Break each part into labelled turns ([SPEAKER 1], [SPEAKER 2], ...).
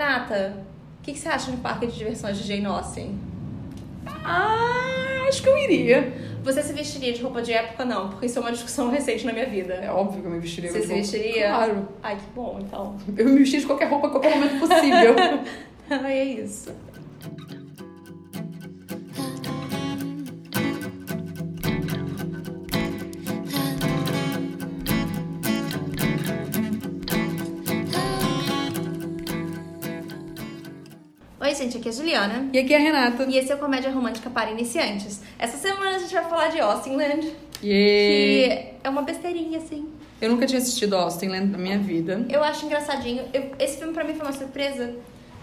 [SPEAKER 1] Renata, o que, que você acha de um parque de diversões de Jane Austen?
[SPEAKER 2] Ah, acho que eu iria.
[SPEAKER 1] Você se vestiria de roupa de época? Não, porque isso é uma discussão recente na minha vida.
[SPEAKER 2] É óbvio que eu me vestiria.
[SPEAKER 1] Você
[SPEAKER 2] mas
[SPEAKER 1] se
[SPEAKER 2] bom,
[SPEAKER 1] vestiria?
[SPEAKER 2] Claro.
[SPEAKER 1] Ai, que bom, então.
[SPEAKER 2] Eu me vestia de qualquer roupa, a qualquer momento possível.
[SPEAKER 1] Ai, é isso. Oi, gente, aqui é a Juliana.
[SPEAKER 2] e aqui é a Renata.
[SPEAKER 1] E esse é o Comédia Romântica para Iniciantes. Essa semana a gente vai falar de Austinland,
[SPEAKER 2] Yeah.
[SPEAKER 1] que é uma besteirinha, assim.
[SPEAKER 2] Eu nunca tinha assistido Austin Land na minha vida.
[SPEAKER 1] Eu acho engraçadinho. Eu- esse filme pra mim foi uma surpresa.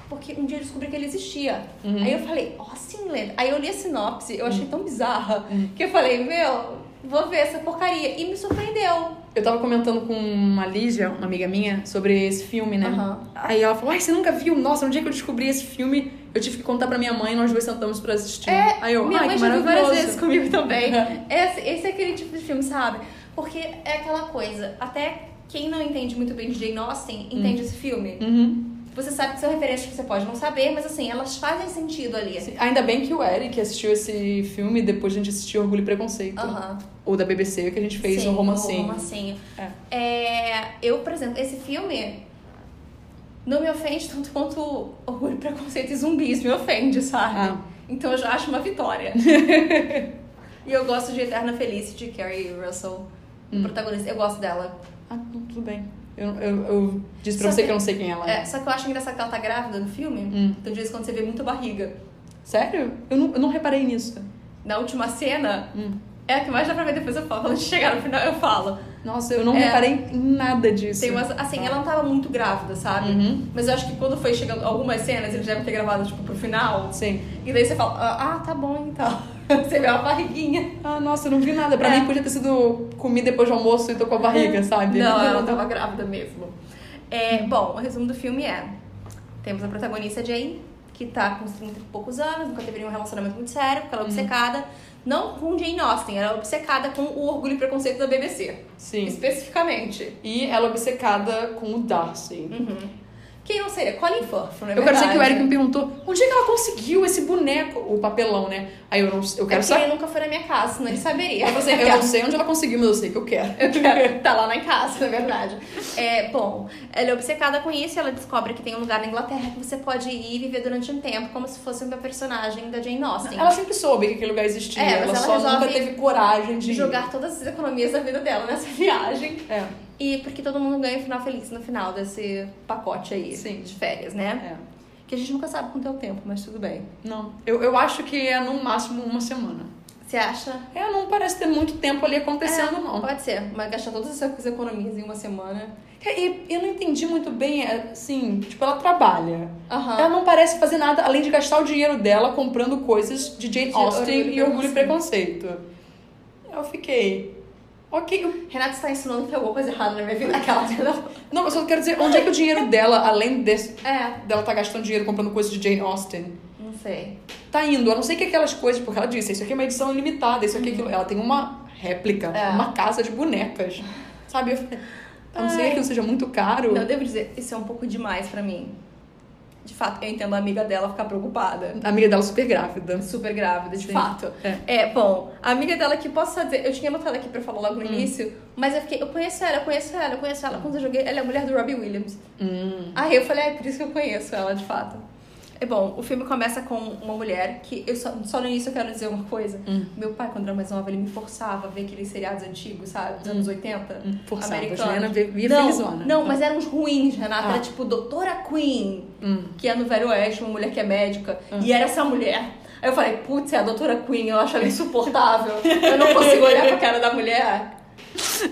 [SPEAKER 1] Porque um dia eu descobri que ele existia. Aí eu falei, Austin Land. Aí eu li a sinopse, eu achei tão bizarra. Que eu falei, meu, vou ver essa porcaria. E me surpreendeu.
[SPEAKER 2] Eu tava comentando com uma Lígia, uma amiga minha, sobre esse filme, né?
[SPEAKER 1] Aham.
[SPEAKER 2] Aí ela falou, ai, você nunca viu? Nossa, no dia que eu descobri esse filme, eu tive que contar pra minha mãe, nós dois sentamos pra assistir.
[SPEAKER 1] É,
[SPEAKER 2] Aí eu,
[SPEAKER 1] Minha
[SPEAKER 2] ai,
[SPEAKER 1] mãe
[SPEAKER 2] que
[SPEAKER 1] já viu várias
[SPEAKER 2] maravilhoso.
[SPEAKER 1] vezes comigo também.
[SPEAKER 2] É.
[SPEAKER 1] esse, esse é aquele tipo de filme, sabe? Porque é aquela coisa, até quem não entende muito bem de Jane Austen entende esse filme.
[SPEAKER 2] Uhum.
[SPEAKER 1] Você sabe que são referências que você pode não saber, mas assim, elas fazem sentido ali.
[SPEAKER 2] Ainda bem que o Eric assistiu esse filme depois de a gente assistir Orgulho e Preconceito.
[SPEAKER 1] Aham.
[SPEAKER 2] Ou da BBC, que a gente fez
[SPEAKER 1] Sim,
[SPEAKER 2] um romancinho.
[SPEAKER 1] o romancinho. É, eu, por exemplo, esse filme não me ofende tanto quanto Orgulho, Preconceito e Zumbis me ofende, sabe?
[SPEAKER 2] Ah.
[SPEAKER 1] Então eu já acho uma vitória. e eu gosto de Eterna Felicity, Carrie Russell,
[SPEAKER 2] Hum.
[SPEAKER 1] protagonista. Eu gosto dela.
[SPEAKER 2] Ah, não, tudo bem. Eu, eu, eu disse pra
[SPEAKER 1] Só
[SPEAKER 2] você
[SPEAKER 1] que-
[SPEAKER 2] que... eu não sei quem ela é.
[SPEAKER 1] É, só que eu acho engraçado que ela tá grávida no filme.
[SPEAKER 2] Hum.
[SPEAKER 1] Então, de vez em quando você vê muita barriga.
[SPEAKER 2] é. Sério? Eu não, eu não reparei nisso.
[SPEAKER 1] Na última cena,
[SPEAKER 2] Hum.
[SPEAKER 1] é a que mais dá pra ver depois eu falo. Quando a gente chegar no final, eu falo.
[SPEAKER 2] Nossa, eu não
[SPEAKER 1] É.
[SPEAKER 2] reparei em nada disso.
[SPEAKER 1] Tem umas, assim, ela não tava muito grávida, sabe?
[SPEAKER 2] Uhum.
[SPEAKER 1] Mas eu acho que quando foi chegando algumas cenas, eles devem ter gravado, tipo, pro final.
[SPEAKER 2] Sim.
[SPEAKER 1] E daí você fala, ah, ah, tá bom, então. Você vê uma barriguinha.
[SPEAKER 2] Ah, nossa, eu não vi nada. Pra
[SPEAKER 1] É.
[SPEAKER 2] mim podia ter sido comi depois do almoço e tô com a barriga, sabe?
[SPEAKER 1] Não, ela tava grávida mesmo. É, bom, o resumo do filme é... Temos a protagonista Jane, que tá com uns 30 e poucos anos, nunca teve nenhum relacionamento muito sério, porque ela é
[SPEAKER 2] Uhum.
[SPEAKER 1] obcecada. Não com Jane Austen, ela é obcecada com o Orgulho e Preconceito da BBC.
[SPEAKER 2] Sim.
[SPEAKER 1] Especificamente.
[SPEAKER 2] E ela obcecada com o Darcy.
[SPEAKER 1] Quem não seria? Colin Firth, não é
[SPEAKER 2] Uhum. Eu quero dizer
[SPEAKER 1] verdade?
[SPEAKER 2] que o Eric me perguntou onde é que ela conseguiu esse boneco, o papelão, né? Aí eu não eu
[SPEAKER 1] É
[SPEAKER 2] quero
[SPEAKER 1] porque
[SPEAKER 2] saber.
[SPEAKER 1] ele nunca foi na minha casa, senão ele saberia.
[SPEAKER 2] Eu, falei assim, eu não sei onde ela conseguiu, mas eu sei que eu quero.
[SPEAKER 1] Eu quero- tá lá na casa, na verdade. É, bom, ela é obcecada com isso e ela descobre que tem um lugar na Inglaterra que você pode ir e viver durante um tempo, como se fosse uma personagem da Jane Austen.
[SPEAKER 2] Ela sempre soube que aquele lugar existia.
[SPEAKER 1] É, mas
[SPEAKER 2] ela
[SPEAKER 1] ela
[SPEAKER 2] só nunca
[SPEAKER 1] resolve
[SPEAKER 2] teve coragem de.
[SPEAKER 1] de
[SPEAKER 2] ir.
[SPEAKER 1] jogar todas as economias da vida dela nessa viagem.
[SPEAKER 2] É.
[SPEAKER 1] E porque todo mundo ganha um final feliz no final desse pacote aí
[SPEAKER 2] Sim.
[SPEAKER 1] de férias, né?
[SPEAKER 2] é.
[SPEAKER 1] Que a gente nunca sabe quanto é o tempo, mas tudo bem.
[SPEAKER 2] Não. Eu, eu acho que é no máximo uma semana.
[SPEAKER 1] Você acha?
[SPEAKER 2] É, não parece ter muito tempo ali acontecendo,
[SPEAKER 1] É,
[SPEAKER 2] não.
[SPEAKER 1] Pode ser, mas gastar todas as economias em uma semana.
[SPEAKER 2] É, E eu não entendi muito bem, é, assim, tipo, ela trabalha.
[SPEAKER 1] Aham.
[SPEAKER 2] Ela não parece fazer nada além de gastar o dinheiro dela comprando coisas de Jane
[SPEAKER 1] De
[SPEAKER 2] Austen
[SPEAKER 1] Orgulho e
[SPEAKER 2] e Orgulho e Preconceito. Eu fiquei. Ok. eu-
[SPEAKER 1] Renata está ensinando que tem alguma coisa errada na minha vida naquela
[SPEAKER 2] Não, eu só quero dizer, onde é que o dinheiro dela, além desse,
[SPEAKER 1] É,
[SPEAKER 2] dela tá gastando dinheiro comprando coisas de Jane Austen,
[SPEAKER 1] não sei.
[SPEAKER 2] tá indo? A não ser que aquelas coisas, porque ela disse, isso aqui é uma edição limitada, isso aqui é aquilo. Ela tem uma réplica,
[SPEAKER 1] Uhum. É.
[SPEAKER 2] uma casa de bonecas. Sabe? Eu falei, a não ser que
[SPEAKER 1] Ai.
[SPEAKER 2] aquilo seja muito caro.
[SPEAKER 1] Não, eu devo dizer, isso é um pouco demais pra mim. De fato, eu entendo a amiga dela ficar preocupada.
[SPEAKER 2] A amiga dela é super grávida.
[SPEAKER 1] Super grávida, de
[SPEAKER 2] Sim.
[SPEAKER 1] fato. É. bom, a amiga dela que posso fazer. Eu tinha anotado aqui pra falar logo no
[SPEAKER 2] Hum.
[SPEAKER 1] início, mas eu fiquei, eu conheço ela, eu conheço ela, eu conheço ela. Quando eu joguei, ela é a mulher do Robbie Williams.
[SPEAKER 2] Hum.
[SPEAKER 1] Aí eu falei, ah, é por isso que eu conheço ela, de fato. É bom, o filme começa com uma mulher que. Eu só, só no início eu quero dizer uma coisa.
[SPEAKER 2] Hum.
[SPEAKER 1] Meu pai, quando era mais nova, ele me forçava a ver aqueles seriados antigos, sabe?
[SPEAKER 2] Hum.
[SPEAKER 1] Dos anos 80.
[SPEAKER 2] Forçada.
[SPEAKER 1] americanos.
[SPEAKER 2] Juliana via
[SPEAKER 1] não,
[SPEAKER 2] felizona. Tá.
[SPEAKER 1] Não, mas eram uns ruins, Renata.
[SPEAKER 2] Ah.
[SPEAKER 1] Era tipo Doutora Queen,
[SPEAKER 2] Hum.
[SPEAKER 1] que é no Velho Oeste, uma mulher que é médica.
[SPEAKER 2] Ah.
[SPEAKER 1] E era essa mulher. Aí eu falei, putz, é a Doutora Queen, eu acho ela insuportável. eu não consigo olhar pra cara da mulher.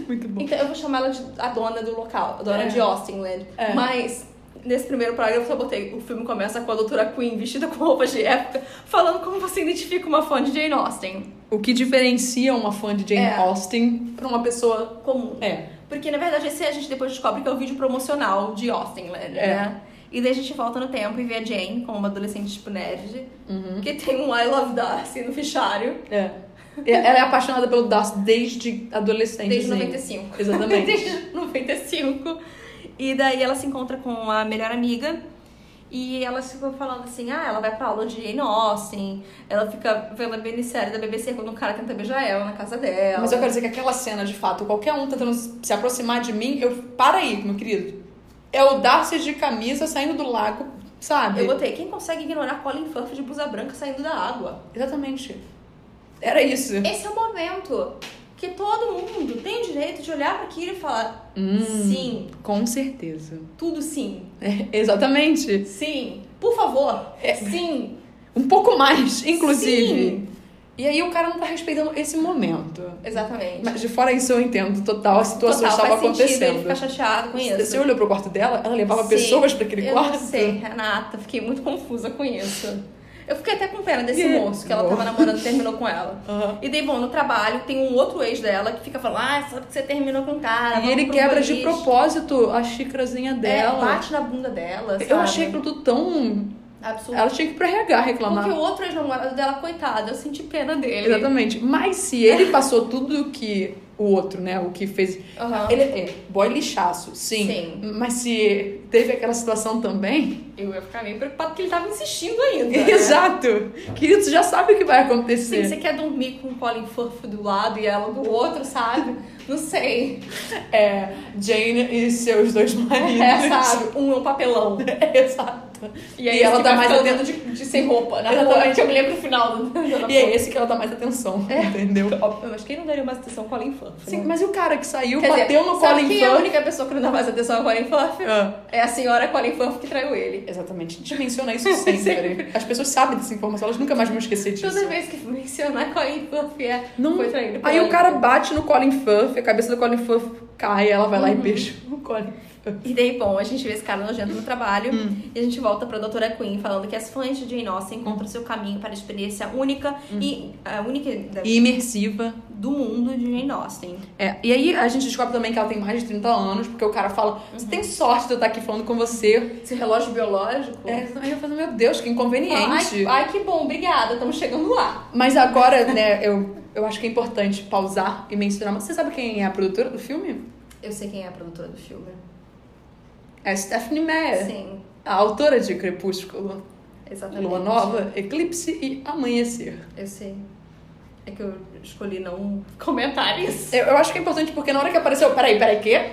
[SPEAKER 2] Muito bom.
[SPEAKER 1] Então eu vou chamar ela de a dona do local, a dona
[SPEAKER 2] É.
[SPEAKER 1] de Austinland.
[SPEAKER 2] É.
[SPEAKER 1] Mas nesse primeiro parágrafo eu só botei o filme começa com a doutora Queen vestida com roupas de época, falando como você identifica uma fã de Jane Austen.
[SPEAKER 2] O que diferencia uma fã de Jane
[SPEAKER 1] É.
[SPEAKER 2] Austen pra uma pessoa.
[SPEAKER 1] Comum.
[SPEAKER 2] É.
[SPEAKER 1] Porque na verdade esse a gente depois descobre que é o vídeo promocional de Austinland,
[SPEAKER 2] É.
[SPEAKER 1] né? E daí a gente volta no tempo e vê a Jane como uma adolescente tipo nerd,
[SPEAKER 2] Uhum.
[SPEAKER 1] que tem um I Love Darcy no fichário
[SPEAKER 2] É. E Ela é apaixonada pelo Darcy desde adolescente.
[SPEAKER 1] desde
[SPEAKER 2] assim.
[SPEAKER 1] 95.
[SPEAKER 2] Exatamente.
[SPEAKER 1] Desde 95. E daí ela se encontra com a melhor amiga. E elas ficam falando assim, ah, ela vai pra aula de Jane Austen, ela fica vendo a minissérie da BBC quando um cara tenta beijar ela na casa dela.
[SPEAKER 2] Mas eu quero dizer que aquela cena, de fato, qualquer um tentando se aproximar de mim, eu. Para aí, meu querido. É o Darcy de camisa saindo do lago, sabe?
[SPEAKER 1] Eu botei, quem consegue ignorar Colin Firth de blusa branca saindo da água?
[SPEAKER 2] Exatamente. Era isso.
[SPEAKER 1] Esse é o momento que todo mundo tem o direito de olhar pra aquilo e falar,
[SPEAKER 2] Hum.
[SPEAKER 1] sim,
[SPEAKER 2] Com certeza.
[SPEAKER 1] tudo sim,
[SPEAKER 2] É, exatamente.
[SPEAKER 1] sim, por favor,
[SPEAKER 2] É.
[SPEAKER 1] sim,
[SPEAKER 2] Um pouco mais, inclusive.
[SPEAKER 1] Sim.
[SPEAKER 2] E aí o cara não tá respeitando esse momento.
[SPEAKER 1] exatamente.
[SPEAKER 2] Mas de fora isso eu entendo total a situação
[SPEAKER 1] Total,
[SPEAKER 2] estava
[SPEAKER 1] faz sentido ele
[SPEAKER 2] acontecendo.
[SPEAKER 1] ficar chateado com isso.
[SPEAKER 2] Você olhou pro quarto dela, ela levava
[SPEAKER 1] Sim.
[SPEAKER 2] pessoas pra aquele
[SPEAKER 1] eu
[SPEAKER 2] quarto?
[SPEAKER 1] não sei, Renata, fiquei muito confusa com isso. Eu fiquei até com pena desse
[SPEAKER 2] Yeah.
[SPEAKER 1] moço que ela
[SPEAKER 2] Boa.
[SPEAKER 1] tava namorando e terminou com ela.
[SPEAKER 2] Aham.
[SPEAKER 1] E daí, bom, no trabalho tem um outro ex dela que fica falando, ah, sabe que você terminou com o cara.
[SPEAKER 2] E
[SPEAKER 1] vamos
[SPEAKER 2] ele
[SPEAKER 1] pro
[SPEAKER 2] quebra de
[SPEAKER 1] boliche."
[SPEAKER 2] propósito a xícarazinha
[SPEAKER 1] É,
[SPEAKER 2] dela.
[SPEAKER 1] bate na bunda dela.
[SPEAKER 2] eu achei aquilo tudo tão.
[SPEAKER 1] absurdo.
[SPEAKER 2] Ela tinha que ir pra RH reclamar.
[SPEAKER 1] Porque o outro ex-namorado dela, coitado, eu senti pena dele.
[SPEAKER 2] Exatamente. Mas se ele passou tudo que o outro, né? O que fez.
[SPEAKER 1] Aham.
[SPEAKER 2] Ele é boy lixaço, sim.
[SPEAKER 1] Sim.
[SPEAKER 2] Mas se teve aquela situação também.
[SPEAKER 1] Eu ia ficar meio preocupada porque ele tava insistindo ainda. né?
[SPEAKER 2] Exato! Querido, tu já sabe o que vai
[SPEAKER 1] Sim,
[SPEAKER 2] acontecer.
[SPEAKER 1] você quer dormir com o Colin Firth do lado e ela do outro, sabe? Não sei.
[SPEAKER 2] É, Jane e seus dois maridos.
[SPEAKER 1] É, sabe? Um é um papelão.
[SPEAKER 2] Exato.
[SPEAKER 1] E aí
[SPEAKER 2] E ela
[SPEAKER 1] ela
[SPEAKER 2] tá
[SPEAKER 1] tá mais
[SPEAKER 2] mais
[SPEAKER 1] ficando de, de sem roupa, né?
[SPEAKER 2] Exatamente.
[SPEAKER 1] Que eu me lembro o final do- da
[SPEAKER 2] E é esse que ela dá mais atenção,
[SPEAKER 1] É.
[SPEAKER 2] entendeu?
[SPEAKER 1] Óbvio, mas quem não daria mais atenção com a Infant?
[SPEAKER 2] Sim, mas e o cara que saiu,
[SPEAKER 1] né? Quer
[SPEAKER 2] bateu
[SPEAKER 1] dizer,
[SPEAKER 2] no
[SPEAKER 1] sabe
[SPEAKER 2] Colin
[SPEAKER 1] quem é a
[SPEAKER 2] Firth?
[SPEAKER 1] única pessoa que não dá mais atenção a Colin Firth?
[SPEAKER 2] Ah,
[SPEAKER 1] É a senhora Colin Firth que traiu ele.
[SPEAKER 2] exatamente. A gente menciona isso sempre. né? As pessoas sabem dessa informação, elas nunca mais vão esquecer disso.
[SPEAKER 1] Toda vez que mencionar Colin Firth é...
[SPEAKER 2] Não.
[SPEAKER 1] Foi traído por
[SPEAKER 2] Aí o
[SPEAKER 1] ela.
[SPEAKER 2] cara bate no Colin Firth, a cabeça do Colin Firth cai, ela vai lá e beija o Colin Firth.
[SPEAKER 1] E daí, bom, a gente vê esse cara nojento no trabalho e a gente volta pra Doutora Queen falando que as fãs de Jane Austen encontram seu caminho para a experiência única e... A única da-
[SPEAKER 2] E imersiva.
[SPEAKER 1] do mundo de Jane Austen.
[SPEAKER 2] É, e aí a gente descobre também que ela tem mais de 30 anos, porque o cara fala, você tem sorte de eu estar aqui falando com você.
[SPEAKER 1] Esse relógio biológico...
[SPEAKER 2] É, aí eu falo, meu Deus, que
[SPEAKER 1] Ai,
[SPEAKER 2] inconveniente.
[SPEAKER 1] ai, que bom, obrigada, estamos chegando lá.
[SPEAKER 2] Mas agora, né, eu, eu acho que é importante pausar e mencionar. Mas você sabe quem é a produtora do filme?
[SPEAKER 1] Eu sei quem é a produtora do filme.
[SPEAKER 2] É a Stephanie Meyer,
[SPEAKER 1] Sim,
[SPEAKER 2] a autora de Crepúsculo,
[SPEAKER 1] exatamente.
[SPEAKER 2] Lua Nova, Eclipse e Amanhecer.
[SPEAKER 1] Eu sei. É que eu escolhi não comentar isso.
[SPEAKER 2] Eu, eu acho que é importante porque na hora que apareceu, peraí, peraí, quê?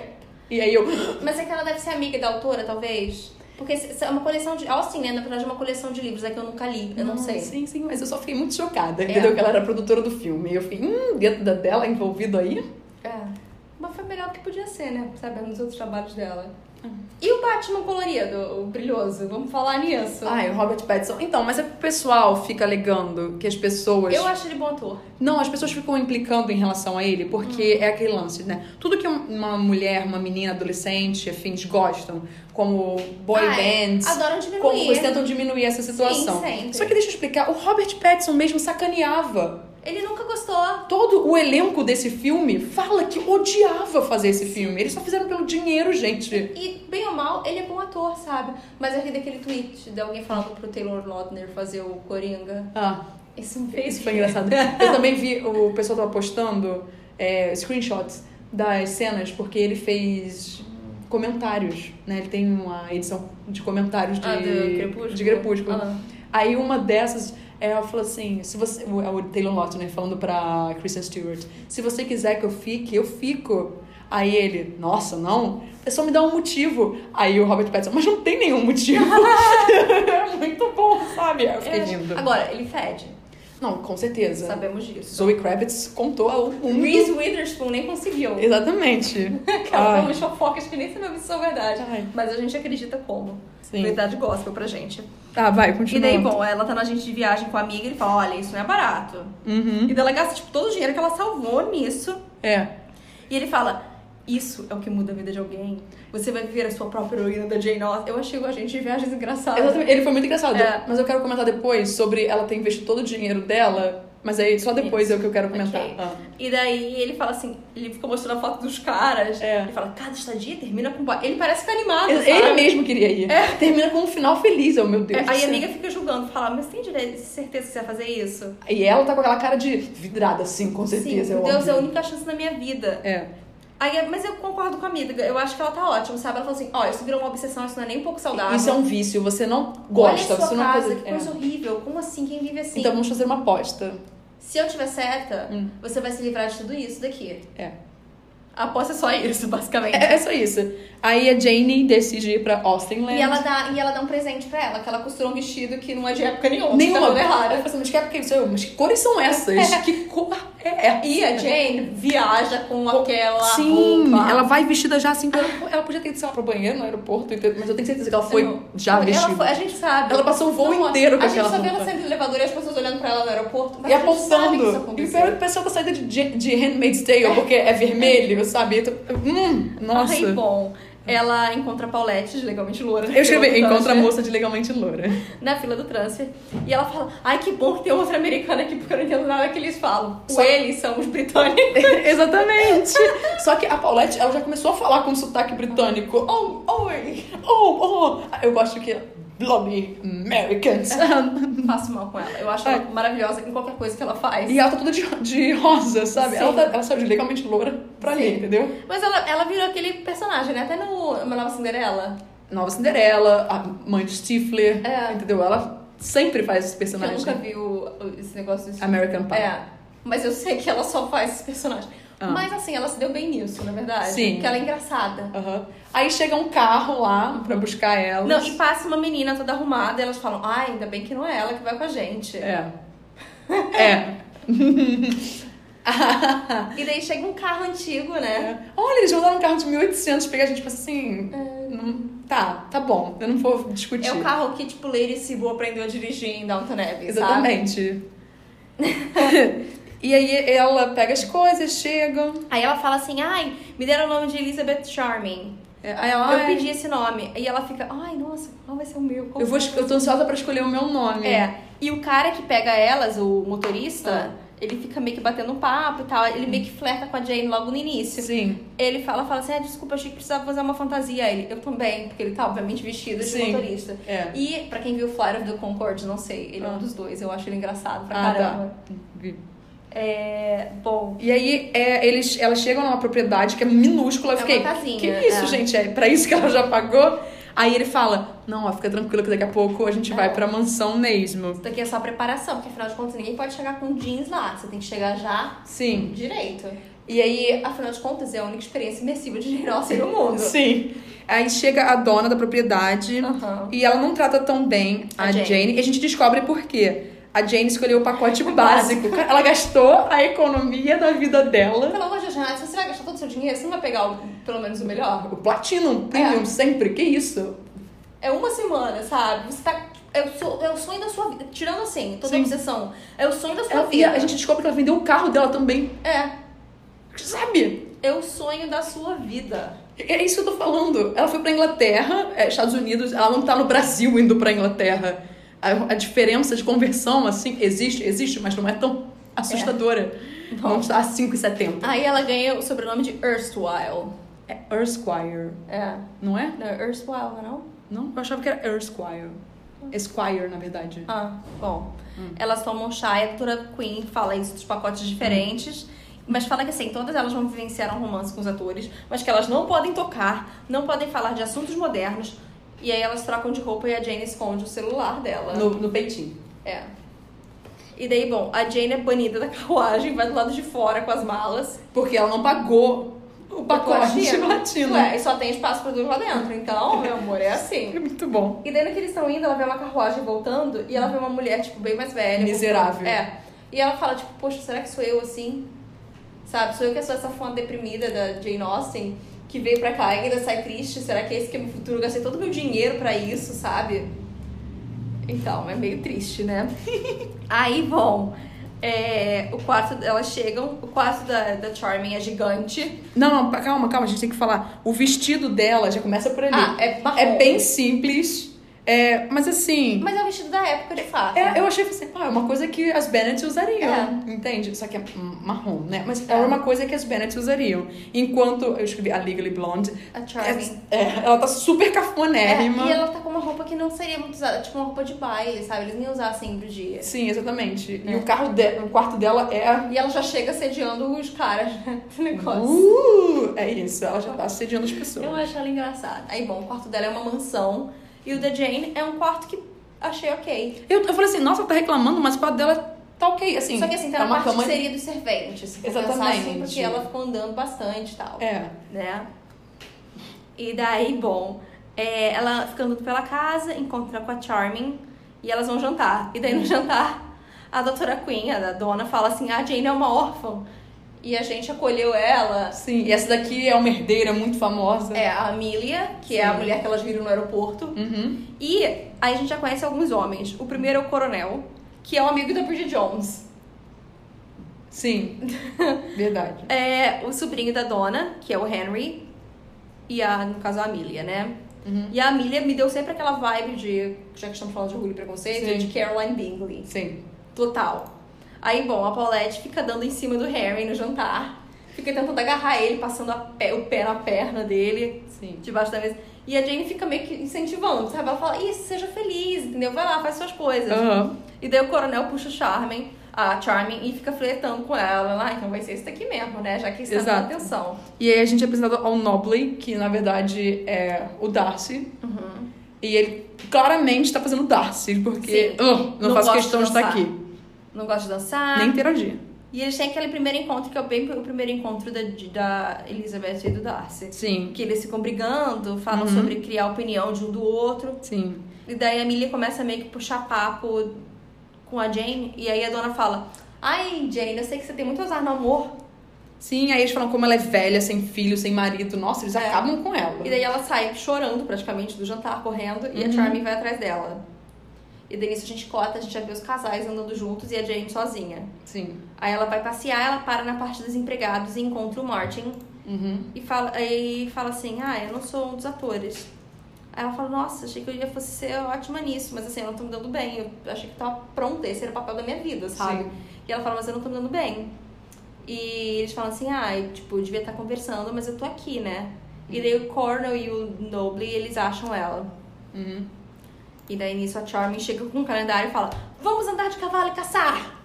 [SPEAKER 2] E aí eu,
[SPEAKER 1] Mas é que ela deve ser amiga da autora, talvez? Porque se- se é uma coleção de. Austin, né? Na verdade, é uma coleção de livros, é que eu nunca li, eu não, sei. É.
[SPEAKER 2] Sim, sim, mas eu só fiquei muito chocada, entendeu? Que ela era a produtora do filme. E eu fiquei, hum, dentro da dela, envolvido aí.
[SPEAKER 1] É. Mas foi melhor do que podia ser, né? Sabendo dos outros trabalhos dela. E o Batman colorido, o brilhoso? Vamos falar nisso.
[SPEAKER 2] Ai, "Ah, é o Robert Pattinson. Então, mas é o pessoal fica alegando que as pessoas...
[SPEAKER 1] eu acho ele bom ator.
[SPEAKER 2] Não, as pessoas ficam implicando em relação a ele, porque
[SPEAKER 1] Hum.
[SPEAKER 2] é aquele lance, né? Tudo que um- uma mulher, uma menina, adolescente, afins gostam, como boy
[SPEAKER 1] Ah, é.
[SPEAKER 2] bands,
[SPEAKER 1] Adoram
[SPEAKER 2] como
[SPEAKER 1] diminuir.
[SPEAKER 2] eles tentam diminuir essa situação.
[SPEAKER 1] Sim, sempre.
[SPEAKER 2] Só que deixa eu explicar, o Robert Pattinson mesmo sacaneava.
[SPEAKER 1] Ele nunca gostou.
[SPEAKER 2] Todo o elenco desse filme fala que odiava fazer esse filme. Eles só fizeram pelo dinheiro, gente.
[SPEAKER 1] E, bem ou mal, ele é bom ator, sabe? Mas eu ri daquele tweet de alguém falando pro Taylor Lautner fazer o Coringa.
[SPEAKER 2] Ah,
[SPEAKER 1] Isso me fez
[SPEAKER 2] isso foi engraçado. eu também vi, o pessoal tava postando é, screenshots das cenas, porque ele fez comentários, né? Ele tem uma edição de comentários de,
[SPEAKER 1] Ah, do Crepúsculo?
[SPEAKER 2] de Crepúsculo.
[SPEAKER 1] Ah.
[SPEAKER 2] Aí uma dessas, é, ela falou assim, se você, o, é o Taylor Lautner falando pra Kristen Stewart, se você quiser que eu fique, eu fico. Aí ele, nossa, não, é só me dar um motivo. Aí o Robert Pattinson, mas não tem nenhum motivo. é muito bom, sabe? Eu fiquei
[SPEAKER 1] É.
[SPEAKER 2] rindo.
[SPEAKER 1] Agora, ele fede.
[SPEAKER 2] Não, com certeza.
[SPEAKER 1] Sabemos disso.
[SPEAKER 2] Zoe Kravitz contou ao mundo.
[SPEAKER 1] Reese Witherspoon nem conseguiu.
[SPEAKER 2] Exatamente.
[SPEAKER 1] Aquela
[SPEAKER 2] Ai.
[SPEAKER 1] umas fofocas que nem sabemos se são verdade.
[SPEAKER 2] Ai.
[SPEAKER 1] Mas a gente acredita como.
[SPEAKER 2] Sim.
[SPEAKER 1] Verdade gospel pra gente.
[SPEAKER 2] Tá, vai,
[SPEAKER 1] E
[SPEAKER 2] continua.
[SPEAKER 1] daí, bom, ela tá na gente de viagem com a amiga e ele fala, olha, isso não é barato.
[SPEAKER 2] Uhum.
[SPEAKER 1] E daí ela gasta, tipo, todo o dinheiro que ela salvou nisso.
[SPEAKER 2] É.
[SPEAKER 1] E ele fala, isso é o que muda a vida de alguém. Você vai viver a sua própria heroína da Jane Austen. Eu achei o agente de viagens engraçado.
[SPEAKER 2] Exatamente. Ele foi muito engraçado.
[SPEAKER 1] É.
[SPEAKER 2] Mas eu quero comentar depois sobre ela ter investido todo o dinheiro dela. Mas aí só depois é o que eu quero comentar.
[SPEAKER 1] Ok.
[SPEAKER 2] Ah.
[SPEAKER 1] E daí ele fala assim, ele fica mostrando a foto dos caras.
[SPEAKER 2] É.
[SPEAKER 1] Ele fala, cada estadia termina com... ba-" Ele parece que tá animado,
[SPEAKER 2] Ele
[SPEAKER 1] sabe?
[SPEAKER 2] ele mesmo queria ir. Termina com um final feliz, oh meu Deus.
[SPEAKER 1] É,
[SPEAKER 2] do
[SPEAKER 1] aí a
[SPEAKER 2] céu.
[SPEAKER 1] amiga fica julgando, fala, mas tem direito, certeza que você vai fazer isso?
[SPEAKER 2] E ela tá com aquela cara de vidrada, assim, com certeza.
[SPEAKER 1] Sim,
[SPEAKER 2] é
[SPEAKER 1] Deus é a
[SPEAKER 2] óbvio.
[SPEAKER 1] única chance na minha vida.
[SPEAKER 2] É.
[SPEAKER 1] Aí, é- mas eu concordo com a amiga, eu acho que ela tá ótima, sabe? Ela falou assim, ó, isso virou uma obsessão, isso não é nem um pouco saudável.
[SPEAKER 2] Isso é um vício, você não
[SPEAKER 1] Olha
[SPEAKER 2] gosta.
[SPEAKER 1] a sua
[SPEAKER 2] você não é uma
[SPEAKER 1] casa,
[SPEAKER 2] coisa-
[SPEAKER 1] que
[SPEAKER 2] é.
[SPEAKER 1] coisa horrível. Como assim? Quem vive assim?
[SPEAKER 2] Então vamos fazer uma aposta.
[SPEAKER 1] Se eu tiver certa,
[SPEAKER 2] Hum.
[SPEAKER 1] você vai se livrar de tudo isso daqui.
[SPEAKER 2] É.
[SPEAKER 1] A aposta é só isso, basicamente.
[SPEAKER 2] É, é só isso. Aí a Jane decide ir pra Austin Land.
[SPEAKER 1] E ela, dá, e ela dá um presente pra ela, que ela costurou um vestido que não é de época nenhuma.
[SPEAKER 2] Nenhuma.
[SPEAKER 1] Tá tudo errado.
[SPEAKER 2] Ela fala assim, mas que, época é isso? Eu, mas que cores são essas? Que cor é essa?
[SPEAKER 1] E a Jane viaja com aquela
[SPEAKER 2] Sim,
[SPEAKER 1] roupa.
[SPEAKER 2] ela vai vestida já assim. Ela, ela podia ter ido, sei lá, pro banheiro no aeroporto, entendeu? mas eu tenho certeza que ela foi
[SPEAKER 1] Não.
[SPEAKER 2] já
[SPEAKER 1] Tá, Ela
[SPEAKER 2] vestida.
[SPEAKER 1] foi- a gente sabe.
[SPEAKER 2] tipo, Ela passou o voo
[SPEAKER 1] Não,
[SPEAKER 2] inteiro com
[SPEAKER 1] A gente
[SPEAKER 2] aquela
[SPEAKER 1] só vê ela
[SPEAKER 2] roupa.
[SPEAKER 1] saindo do elevador e as pessoas olhando pra ela no aeroporto. Mas
[SPEAKER 2] E
[SPEAKER 1] a gente sabe que isso
[SPEAKER 2] apontando. E o
[SPEAKER 1] aconteceu.
[SPEAKER 2] pior é que o pessoal tá saindo de, de, de Handmaid's Tale, porque é vermelho, sabe? Eu tô- Hum, nossa.
[SPEAKER 1] Ai, bom. Ela encontra a Paulette, de legalmente loura. né?
[SPEAKER 2] Eu escrevi,
[SPEAKER 1] Pelo
[SPEAKER 2] encontra a
[SPEAKER 1] transfer,
[SPEAKER 2] moça de legalmente loura.
[SPEAKER 1] Na fila do transfer. E ela fala, ai, que bom que tem outra americana aqui, porque eu não entendo nada que eles falam.
[SPEAKER 2] Só-
[SPEAKER 1] Ou eles são os britânicos.
[SPEAKER 2] Exatamente. Só que a Paulette, ela já começou a falar com um sotaque britânico. Oh, oi, oh, oh. Eu gosto que lobby Americans.
[SPEAKER 1] Ah. Faço mal com ela. Eu acho
[SPEAKER 2] Ai.
[SPEAKER 1] ela maravilhosa em qualquer coisa que ela faz.
[SPEAKER 2] É. E ela tá toda de, de rosa, sabe?
[SPEAKER 1] Sim.
[SPEAKER 2] Ela, tá, ela saiu de legalmente loura pra ali,
[SPEAKER 1] Sim.
[SPEAKER 2] entendeu?
[SPEAKER 1] Mas ela, ela virou aquele personagem, né? Até no Uma Nova Cinderela.
[SPEAKER 2] Nova Cinderela, a mãe de Stifler,
[SPEAKER 1] É.
[SPEAKER 2] entendeu? Ela sempre faz esse
[SPEAKER 1] Que eu
[SPEAKER 2] personagem.
[SPEAKER 1] nunca vi o- esse negócio desse
[SPEAKER 2] American Pie.
[SPEAKER 1] É, mas eu sei que ela só faz esse personagem.
[SPEAKER 2] Ah.
[SPEAKER 1] Mas assim, ela se deu bem nisso, na verdade.
[SPEAKER 2] Sim.
[SPEAKER 1] Porque ela é engraçada.
[SPEAKER 2] Aham. Aí chega um carro lá pra buscar ela.
[SPEAKER 1] Não, e passa uma menina toda arrumada e elas falam, ai, ainda bem que não é ela que vai com a gente.
[SPEAKER 2] É. É.
[SPEAKER 1] E daí chega um carro antigo, né?
[SPEAKER 2] Olha, eles mandaram um carro de 1800 pegar a gente, tipo assim. não- tá, tá bom, eu não vou discutir.
[SPEAKER 1] É o carro que, tipo, Lady Sibu aprendeu a dirigir em Downton Abbey, sabe?
[SPEAKER 2] Exatamente. e aí ela pega as coisas, chega.
[SPEAKER 1] Aí ela fala assim, ai, me deram o nome de Elizabeth Charming.
[SPEAKER 2] É, Aí ela.
[SPEAKER 1] Eu
[SPEAKER 2] "Ai,
[SPEAKER 1] pedi esse nome. E ela fica, ai, nossa, qual vai ser o meu? Qual
[SPEAKER 2] Eu, vou,
[SPEAKER 1] vai
[SPEAKER 2] es- eu tô ansiosa pra escolher o meu nome.
[SPEAKER 1] É, e o cara que pega elas, o motorista, ele fica meio que batendo um papo e tal. Ele meio que flerta com a Jane logo no início.
[SPEAKER 2] Sim.
[SPEAKER 1] Ele fala, fala assim, ah, desculpa, achei que precisava fazer uma fantasia. Ele, eu também, porque ele tá, obviamente, vestido de
[SPEAKER 2] Sim.
[SPEAKER 1] motorista.
[SPEAKER 2] É.
[SPEAKER 1] E, pra quem viu Flyer of the Concorde, não sei, ele é
[SPEAKER 2] Ah.
[SPEAKER 1] um dos dois, eu acho ele engraçado pra
[SPEAKER 2] Ah, tá.
[SPEAKER 1] caramba. É, bom...
[SPEAKER 2] E aí é, eles, elas chegam numa propriedade que é minúscula. Eu
[SPEAKER 1] É
[SPEAKER 2] fiquei.
[SPEAKER 1] uma casinha,
[SPEAKER 2] que isso,
[SPEAKER 1] é.
[SPEAKER 2] gente? É pra isso que ela já pagou? Aí ele fala: Não, ó, fica tranquila que daqui a pouco a
[SPEAKER 1] É.
[SPEAKER 2] gente vai pra mansão mesmo.
[SPEAKER 1] Isso daqui é só preparação, porque afinal de contas ninguém pode chegar com jeans lá. Você tem que chegar já
[SPEAKER 2] Sim.
[SPEAKER 1] direito.
[SPEAKER 2] E aí.
[SPEAKER 1] Afinal de contas, é a única experiência imersiva de girossi no mundo.
[SPEAKER 2] Sim. Aí chega a dona da propriedade.
[SPEAKER 1] Aham.
[SPEAKER 2] E ela não trata tão bem a,
[SPEAKER 1] A
[SPEAKER 2] Jane.
[SPEAKER 1] Jane.
[SPEAKER 2] E a gente descobre por quê. A Jane escolheu o pacote básico. ela gastou a economia da vida dela.
[SPEAKER 1] Então, Pelo amor de Deus, Renata, se você vai gastar todo o seu dinheiro, você não vai pegar o- pelo menos o melhor?
[SPEAKER 2] O Platinum, Premium, sempre. Que isso?
[SPEAKER 1] É uma semana, sabe? Você tá. É o, so- é o sonho da sua vida. Tirando assim, toda
[SPEAKER 2] Sim.
[SPEAKER 1] obsessão. É o sonho da sua
[SPEAKER 2] Ela- e
[SPEAKER 1] vida.
[SPEAKER 2] a, a gente descobre que ela vendeu o carro dela também.
[SPEAKER 1] É.
[SPEAKER 2] Sabe?
[SPEAKER 1] É o sonho da sua vida.
[SPEAKER 2] É isso que eu tô falando. Ela foi pra Inglaterra, é, Estados Unidos. Ela não tá no Brasil indo pra Inglaterra. A, a diferença de conversão, assim, existe, existe, mas não é tão assustadora.
[SPEAKER 1] Bom.
[SPEAKER 2] Não está a 5,70.
[SPEAKER 1] Aí ela ganha o sobrenome de Erstwhile.
[SPEAKER 2] É Erskine,
[SPEAKER 1] É.
[SPEAKER 2] não é?
[SPEAKER 1] Não, é Erstwhile, não é não?
[SPEAKER 2] Não, eu achava que era Erskine. Esquire, na verdade.
[SPEAKER 1] Ah, bom. Elas tomam chá e a doutora Queen fala isso dos pacotes diferentes. Mas fala que assim, todas elas vão vivenciar um romance com os atores, mas que elas não podem tocar, não podem falar de assuntos modernos. E aí elas trocam de roupa e a Jane esconde o celular dela.
[SPEAKER 2] Ah, No, no peitinho.
[SPEAKER 1] É. E daí, bom, a Jane é banida da carruagem, vai do lado de fora com as malas.
[SPEAKER 2] Porque ela não pagou o pacote é. de latino.
[SPEAKER 1] Ué, e só tem espaço pra dois lá dentro. Então, meu amor, é assim.
[SPEAKER 2] Muito bom.
[SPEAKER 1] E daí no que eles estão indo, ela vê uma carruagem voltando e ela vê uma mulher, tipo, bem mais velha.
[SPEAKER 2] Miserável.
[SPEAKER 1] É. E ela fala, tipo, poxa, será que sou eu assim? Sabe? Sou eu que sou essa fã deprimida da Jane Austen, que veio pra cá e ainda sai triste. Será que esse que é meu futuro? Eu gastei todo o meu dinheiro pra isso, sabe? Então, é meio triste, né? Aí, bom, é, o quarto, elas chegam, o quarto da, da Charming é gigante.
[SPEAKER 2] Não, não,
[SPEAKER 1] é
[SPEAKER 2] calma, calma, a gente tem que falar. O vestido dela já começa por ali.
[SPEAKER 1] Ah, é Ah, marrom.
[SPEAKER 2] É bem simples. É, mas assim.
[SPEAKER 1] Mas é o vestido da época, de fato.
[SPEAKER 2] É, eu achei assim, ah, é uma coisa que as Bennett usariam,
[SPEAKER 1] É.
[SPEAKER 2] entende? Só que é hum, marrom, né? Mas era uma coisa que as Bennett usariam. Enquanto eu escrevi a Legally Blonde,
[SPEAKER 1] A Charming.
[SPEAKER 2] é, ela tá super
[SPEAKER 1] É,
[SPEAKER 2] cafonérrima.
[SPEAKER 1] e ela tá com uma roupa que não seria muito usada, tipo uma roupa de baile, sabe? Eles nem usar sempre o dia.
[SPEAKER 2] Sim, exatamente. E
[SPEAKER 1] É.
[SPEAKER 2] o carro de... o quarto dela é.
[SPEAKER 1] E ela já chega assediando os caras né, do negócio.
[SPEAKER 2] Uh, é isso, ela já tá assediando as pessoas.
[SPEAKER 1] Eu acho ela engraçada. Aí, bom, o quarto dela é uma mansão e o da Jane é um quarto que achei ok.
[SPEAKER 2] Eu, eu falei assim, nossa, ela tá reclamando, mas o quarto dela tá ok, assim.
[SPEAKER 1] Só que assim, tá
[SPEAKER 2] é
[SPEAKER 1] na
[SPEAKER 2] uma
[SPEAKER 1] parte
[SPEAKER 2] cama...
[SPEAKER 1] que seria dos serventes. se for pensar Assim,
[SPEAKER 2] Exatamente.
[SPEAKER 1] porque ela ficou andando bastante e tal.
[SPEAKER 2] É.
[SPEAKER 1] né? E daí, bom, é, ela fica andando pela casa, encontra com a Charming e elas vão jantar. E daí no jantar, a doutora Queen, a da dona, fala assim: a Jane é uma órfã e a gente acolheu ela.
[SPEAKER 2] Sim, e essa daqui é uma herdeira muito famosa.
[SPEAKER 1] É a Amelia, que é a
[SPEAKER 2] Sim.
[SPEAKER 1] mulher que elas viram no aeroporto.
[SPEAKER 2] Uhum.
[SPEAKER 1] E aí a gente já conhece alguns homens. O primeiro é o coronel, que é o amigo da Bridget Jones.
[SPEAKER 2] Sim. Verdade.
[SPEAKER 1] É o sobrinho da dona, que é o Henry. E a, no caso, a Amelia, né?
[SPEAKER 2] Uhum.
[SPEAKER 1] E a Amelia me deu sempre aquela vibe de, já que estamos falando de orgulho e preconceito,
[SPEAKER 2] Sim.
[SPEAKER 1] de Caroline Bingley.
[SPEAKER 2] Sim.
[SPEAKER 1] Total. Aí, bom, a Paulette fica dando em cima do Harry no jantar. Fica tentando agarrar ele, passando a pé- o pé na perna dele,
[SPEAKER 2] Sim.
[SPEAKER 1] debaixo da mesa. E a Jane fica meio que incentivando, sabe? Ela fala, isso, seja feliz, entendeu? Vai lá, faz suas coisas.
[SPEAKER 2] Aham.
[SPEAKER 1] E daí o coronel puxa o Charmin, a Charmin, e fica flertando com ela. Lá, então vai ser esse daqui mesmo, né? Já que está dando
[SPEAKER 2] Exato.
[SPEAKER 1] atenção.
[SPEAKER 2] E aí a gente é apresentado ao Nobley, que na verdade é o Darcy. E ele claramente tá fazendo Darcy, porque
[SPEAKER 1] Sim.
[SPEAKER 2] ah, não,
[SPEAKER 1] Não
[SPEAKER 2] faço
[SPEAKER 1] gosto
[SPEAKER 2] questão
[SPEAKER 1] de
[SPEAKER 2] de estar
[SPEAKER 1] dançar.
[SPEAKER 2] aqui.
[SPEAKER 1] Não gosta de dançar.
[SPEAKER 2] Nem interagir.
[SPEAKER 1] E eles têm aquele primeiro encontro que é bem o primeiro encontro da, de- da Elizabeth e do Darcy.
[SPEAKER 2] Sim.
[SPEAKER 1] Que eles ficam brigando, falam
[SPEAKER 2] Uhum.
[SPEAKER 1] sobre criar opinião de um do outro.
[SPEAKER 2] Sim.
[SPEAKER 1] E daí a Millie começa meio que puxar papo com a Jane. E aí a dona fala: Ai, Jane, eu sei que você tem muito azar no amor.
[SPEAKER 2] Sim, aí eles falam como ela é velha, sem filho, sem marido. Nossa, eles
[SPEAKER 1] É.
[SPEAKER 2] acabam com ela.
[SPEAKER 1] E daí ela sai chorando praticamente do jantar, correndo. E a Charmin vai atrás dela. E daí nisso a gente corta, a gente já vê os casais andando juntos e a Jane sozinha.
[SPEAKER 2] Sim.
[SPEAKER 1] Aí ela vai passear, ela para na parte dos empregados e encontra o Martin.
[SPEAKER 2] Uhum.
[SPEAKER 1] E fala, e fala assim, ah, eu não sou um dos atores. Aí ela fala, nossa, achei que eu ia fosse ser ótima nisso, mas assim, eu não tô me dando bem. Eu achei que eu tava pronta, esse era o papel da minha vida, sabe?
[SPEAKER 2] Sim.
[SPEAKER 1] E ela fala, mas eu não tô me dando bem. E eles falam assim, ah, e, tipo, eu devia estar conversando, mas eu tô aqui, né? E daí o Cornel e o Noble, eles acham ela.
[SPEAKER 2] Uhum.
[SPEAKER 1] E daí nisso a Charming chega com um calendário e fala, vamos andar de cavalo e caçar!